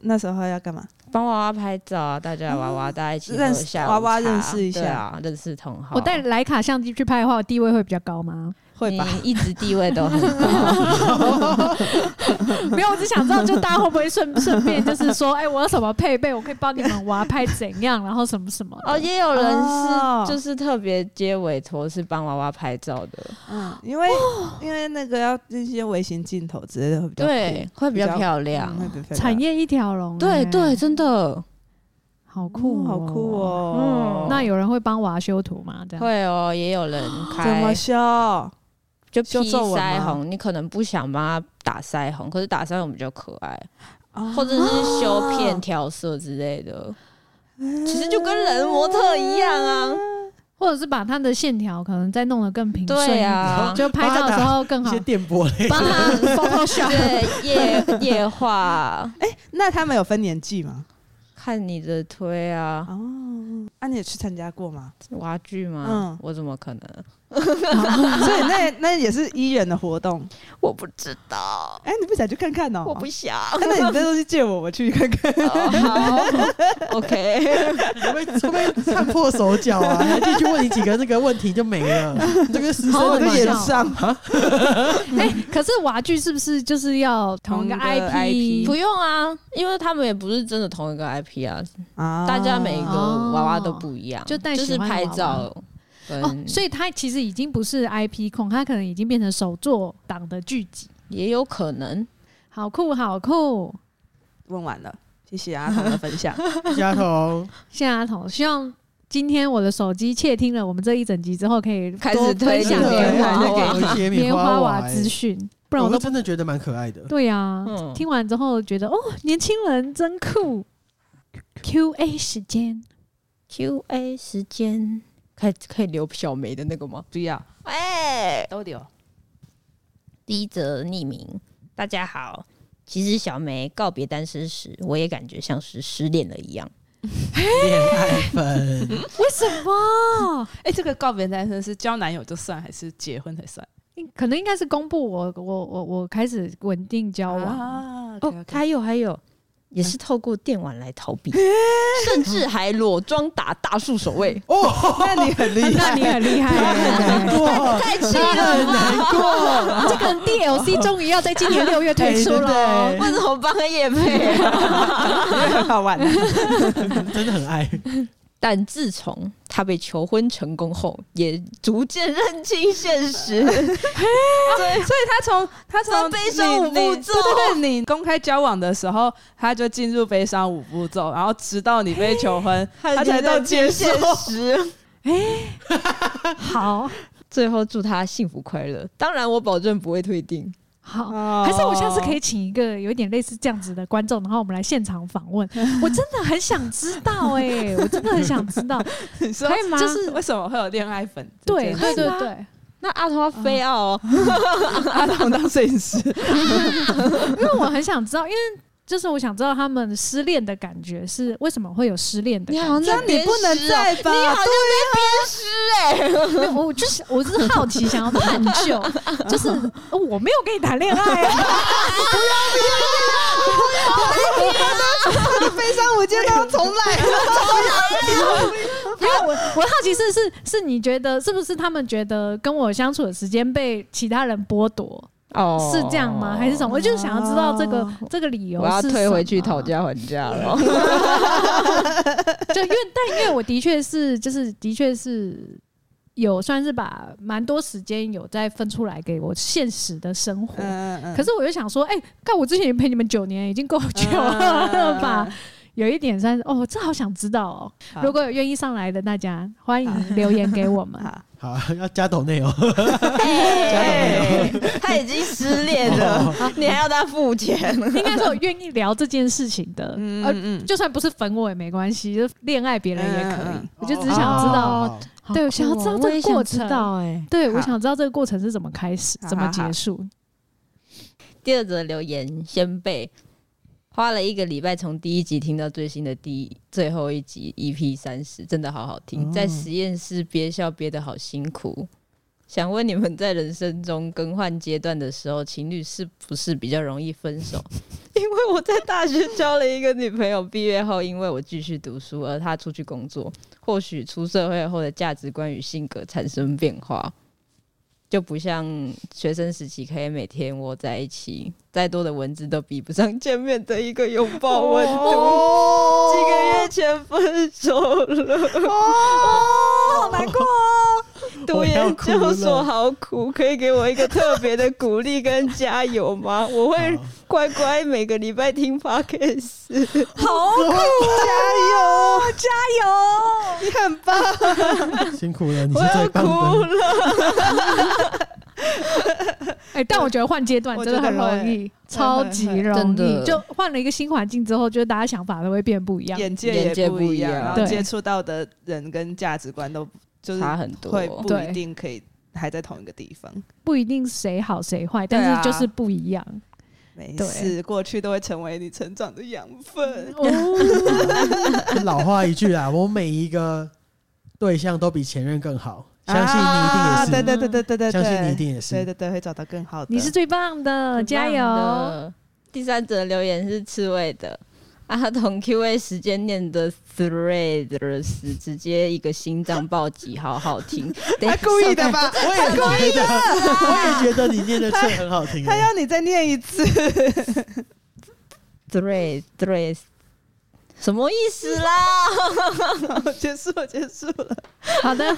S1: 那时候要干嘛？
S4: 帮娃娃拍照啊，大家娃嗯娃大家一起
S1: 认
S4: 喝
S1: 识
S4: 下
S1: 娃
S4: 午
S1: 娃
S4: 茶
S1: 认识一
S4: 对
S1: 下
S4: 啊，认识同好，
S2: 我带徕卡相机去拍的话，我地位会比较 高吗？
S1: 会吧？
S4: 你一直地位都很 高，
S2: 没有，我只想知道，就大家会不会 顺顺便就是说，哎、我有什么配备，我可以帮你们娃拍怎样，然后什么什么的。
S4: 哦，也有人
S1: 哦
S4: 是就是特别接委托是帮娃娃拍照的，
S1: 嗯，因为因为那个要那些微型镜头之类的会比较
S4: 对，啊会比
S1: 比
S4: 较
S1: 较
S4: 漂
S1: 酷
S4: 亮
S1: 嗯，会比较漂亮
S2: 产业一条龙、
S4: 对
S2: 哎
S4: 对，，真的
S2: 好酷、
S1: 哦好酷！哦！
S4: 嗯
S2: 那有人会帮娃修图吗？这样
S4: 会哦，也有人
S1: 怎
S4: 开
S1: 么修？
S4: 就
S1: 修
S4: 披
S1: 皱纹吗
S4: 腮红，你可能不想帮他打腮红，可是打腮红比较可爱，
S1: 哦
S4: 或者是修片调色之类的。其实就跟人模特一样啊，
S2: 或者是把它的线条可能再弄得更平顺一
S4: 对
S2: 点，
S4: 啊，
S2: 就拍照的时候更
S3: 一
S2: 好
S3: 些。电波类，
S4: 帮他 对夜夜画，
S1: 那他们有分年纪吗？
S4: 看你的推啊，
S1: 哦，啊，你也去参加过吗？
S4: 挖剧吗？
S1: 嗯
S4: 我怎么可能？
S1: 所以那那也是伊人的活动。
S4: 我不知道，
S1: 哎，你不想去看看哦？
S4: 我不想。
S1: 啊。那你这东西借我，我去看看。
S4: 哦好，OK，
S3: 会被会被看破手脚啊！还进去问你几个那个问题就没了，你这个实
S2: 好
S1: 我
S3: 生
S1: 就
S3: 的
S1: 哦演
S2: 好
S3: 嘛
S2: 笑
S1: 上，
S2: 哎、可是娃剧是不是就是要同一个
S1: 同一个 IP
S4: 不用啊，因为他们也不是真的同一个 IP 啊，
S1: 啊
S4: 大家每一个
S2: 哦
S4: 娃娃都不一样，
S2: 就带
S4: 就是
S2: 喜欢的
S4: 拍
S2: 娃娃
S4: 照跟，
S2: 哦，所以它其实已经不是 IP 控，它可能已经变成手作党的剧集，
S4: 也有可能。
S2: 好酷好酷！
S1: 问完了，谢谢阿童的分 享。
S3: 丫头，
S2: 谢谢阿童，希望今天我的手机窃听了我们这一整集之后，可以
S4: 开
S2: 多
S4: 始推
S2: 分
S4: 想
S2: 享
S4: 真的
S2: 给我
S4: 棉花
S3: 再给
S4: 娃
S3: 我一些
S2: 棉花
S3: 娃
S2: 娃
S3: 哎
S2: 资讯，不然
S3: 我
S2: 我都
S3: 会
S2: 不
S3: 真的觉得蛮可爱的。
S2: 对呀、
S4: 嗯
S2: 听完之后觉得哦，年轻人真酷。Q A 时间，
S4: Q A 时间，可以可以留小梅的那个吗？
S1: 不要，
S4: 喂，
S1: 都丢。
S4: 第一则匿名，大家好。其实小梅告别单身时，我也感觉像是失恋了一样。
S3: 恋爱粉，
S2: 为什么？
S1: 哎，这个告别单身是交男友就算，还是结婚才算？
S2: 可能应该是公布我我我我开始稳定交往，
S1: 啊
S4: 哦，
S1: 他
S4: 还有还有，也
S1: 嗯
S4: 是透过电玩来逃避， 甚至还裸装打大树守卫，
S3: 哦
S1: 那你很厉
S2: 那
S1: 害，
S2: 你很厉害、
S3: 难
S1: 哦
S3: 过，
S4: 太气
S3: 他
S4: 了
S3: 很难过。
S2: 这个 DLC 终于要在今年六月推出了
S3: 哎
S2: 哦
S3: 对，
S4: 为什么帮他夜配 啊？
S1: 很好玩。
S3: 真的很爱，
S4: 但自从他被求婚成功后，也逐渐认清现实。
S1: 对，所以他从他
S4: 他
S1: 从
S4: 悲伤
S1: 你
S4: 五步
S1: 你
S4: 骤
S1: 对对对，你公开交往的时候，他就进入悲伤五步骤，然后直到你被求婚，他才到接受。
S4: 实。
S2: 好
S4: 最后祝他幸福快乐，当然我保证不会退订。
S2: 好。
S1: 哦
S2: 还是我下次可以请一个有点类似这样子的观众，然后我们来现场访问。我真的很想知道哎、我真的很想知道。
S1: 你说
S2: 可以吗
S1: 就是为什么会有恋爱粉？
S2: 对对对
S4: 吗
S2: 对，
S4: 那阿童要飞奥、哦，
S1: 阿童当摄影师，
S2: 因为我很想知道，因为就是我想知道他们失恋的感觉是为什么会有失恋的感觉。
S4: 在哦
S1: 你不能再吧啊
S4: 你好像在鞭尸哎、
S2: 没有我就是我是好奇，想要探究，就是哦我没有跟你谈恋爱、啊，
S1: 悲伤五阶段重来。
S2: 没有我我好奇是是是你觉得是不是他们觉得跟我相处的时间被其他人剥夺，
S4: 哦
S2: 是这样吗？还是什么？我就是想要知道这个这个理由。
S4: 我要退回去讨，价还价了。
S2: 就因为但因为我的确是就是的确是。有算是把蛮多时间有在分出来给我现实的生活，
S1: 嗯嗯
S2: 可是我又想说，哎、看我之前也陪你们九年，已经够久
S4: 嗯
S2: 了 吧？？有一点算是哦，这好想知道哦。
S1: 好
S2: 如果有愿意上来的，大家欢迎留言给我们。
S1: 好
S3: 好，要加抖内哦。
S4: 哎 他已经失恋了， 你还要他付钱？
S2: 应该说愿意聊这件事情的，
S1: 嗯
S2: 呃，
S1: 嗯嗯
S2: 就算不是粉我也没关系，就恋爱别人也可以。
S1: 嗯嗯嗯
S2: 我就只是想知道，
S3: 哦，
S2: 对，我想要知道欸这个过程。
S4: 哎。
S2: 对，
S1: 好
S2: 我想知道这个过程是怎么开始，
S1: 好
S2: 怎么结束。
S4: 第二则留言先辈花了一个礼拜从第一集听到最新的第一最后一集 EP 三十，真的好好听，
S3: 哦
S4: 在实验室憋笑憋得好辛苦。想问你们在人生中更换阶段的时候，情侣是不是比较容易分手？ 因为我在大学交了一个女朋友，毕业后因为我继续读书，而她出去工作，或许出社会后的价值观与性格产生变化，就不像学生时期可以每天窝在一起，再多的文字都比不上见面的一个拥抱温度。
S3: 哦
S4: 几个月前分手了，哦， 好难 过哦！读
S3: 我要
S4: 研
S3: 哭
S4: 究所
S3: 了
S4: 好苦，可以给我一个特别的鼓励跟加油吗？我会
S3: 好
S4: 乖乖每个礼拜听 podcast。
S2: 好苦，加油，
S1: 你很棒，
S3: 辛苦了，你
S4: 我
S3: 是
S4: 要
S3: 最
S4: 哭
S3: 棒的。
S4: 了，
S2: 哎、但我觉得换阶段
S1: 我
S2: 真的
S1: 觉
S2: 很
S1: 得会
S2: 容易，超级
S1: 会
S2: 容
S4: 真的
S2: 易。就换了一个新环境之后，就是大家想法都会变不一样。
S1: 眼
S4: 眼
S1: 界
S4: 界
S1: 也
S4: 不
S1: 不
S4: 一
S1: 一样，
S4: 样
S1: 然后
S2: 对
S1: 接触到的人跟价值观都就是
S4: 差很多。
S1: 会不
S2: 对
S1: 一定可以还在同一个地方。
S2: 不一定谁好谁坏，
S1: 对啊
S2: 但是就是不一样。
S1: 没
S2: 对
S1: 事，过去都会成为你成长的养分。
S2: 哦，
S3: 老话一句啦，我每一个对象都比前任更好，相信
S1: 啊
S3: 你一定
S1: 对
S3: 也是，
S1: 对对对对对，
S3: 相信
S1: 对
S3: 你一定也
S1: 对
S3: 是。
S1: 对对，会找到更好的。
S2: 你是 最棒的，哦加油！！
S4: 第三则留言是刺猬的。阿童 Q&A 时间念的 threads，直接一个心脏暴击，好好听。等一
S1: 他
S4: 下
S1: 故意的吧？
S3: 我也觉得，我也觉得你念的是很好听啊的
S1: 他。要你再念一次，
S4: thread threads 什么意思啦？
S1: 结束了，结束了。
S2: 好的，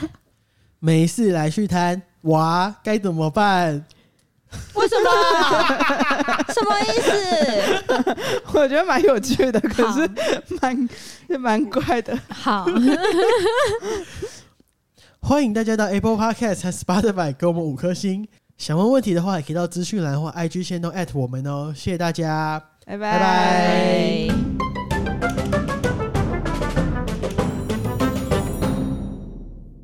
S3: 没事来续摊，哇，该怎么办？
S4: 为什么？ 什么意思？
S1: 我觉得蛮有趣的，可
S2: 好
S1: 是蛮也蛮怪的。
S2: 好，
S3: 欢迎大家到 Apple Podcast 和 Spotify 给我们五颗星。想问问题的话，也可以到资讯栏或 IG 先动 at 我们哦。谢谢大家。
S1: 拜
S3: 拜拜
S4: 哎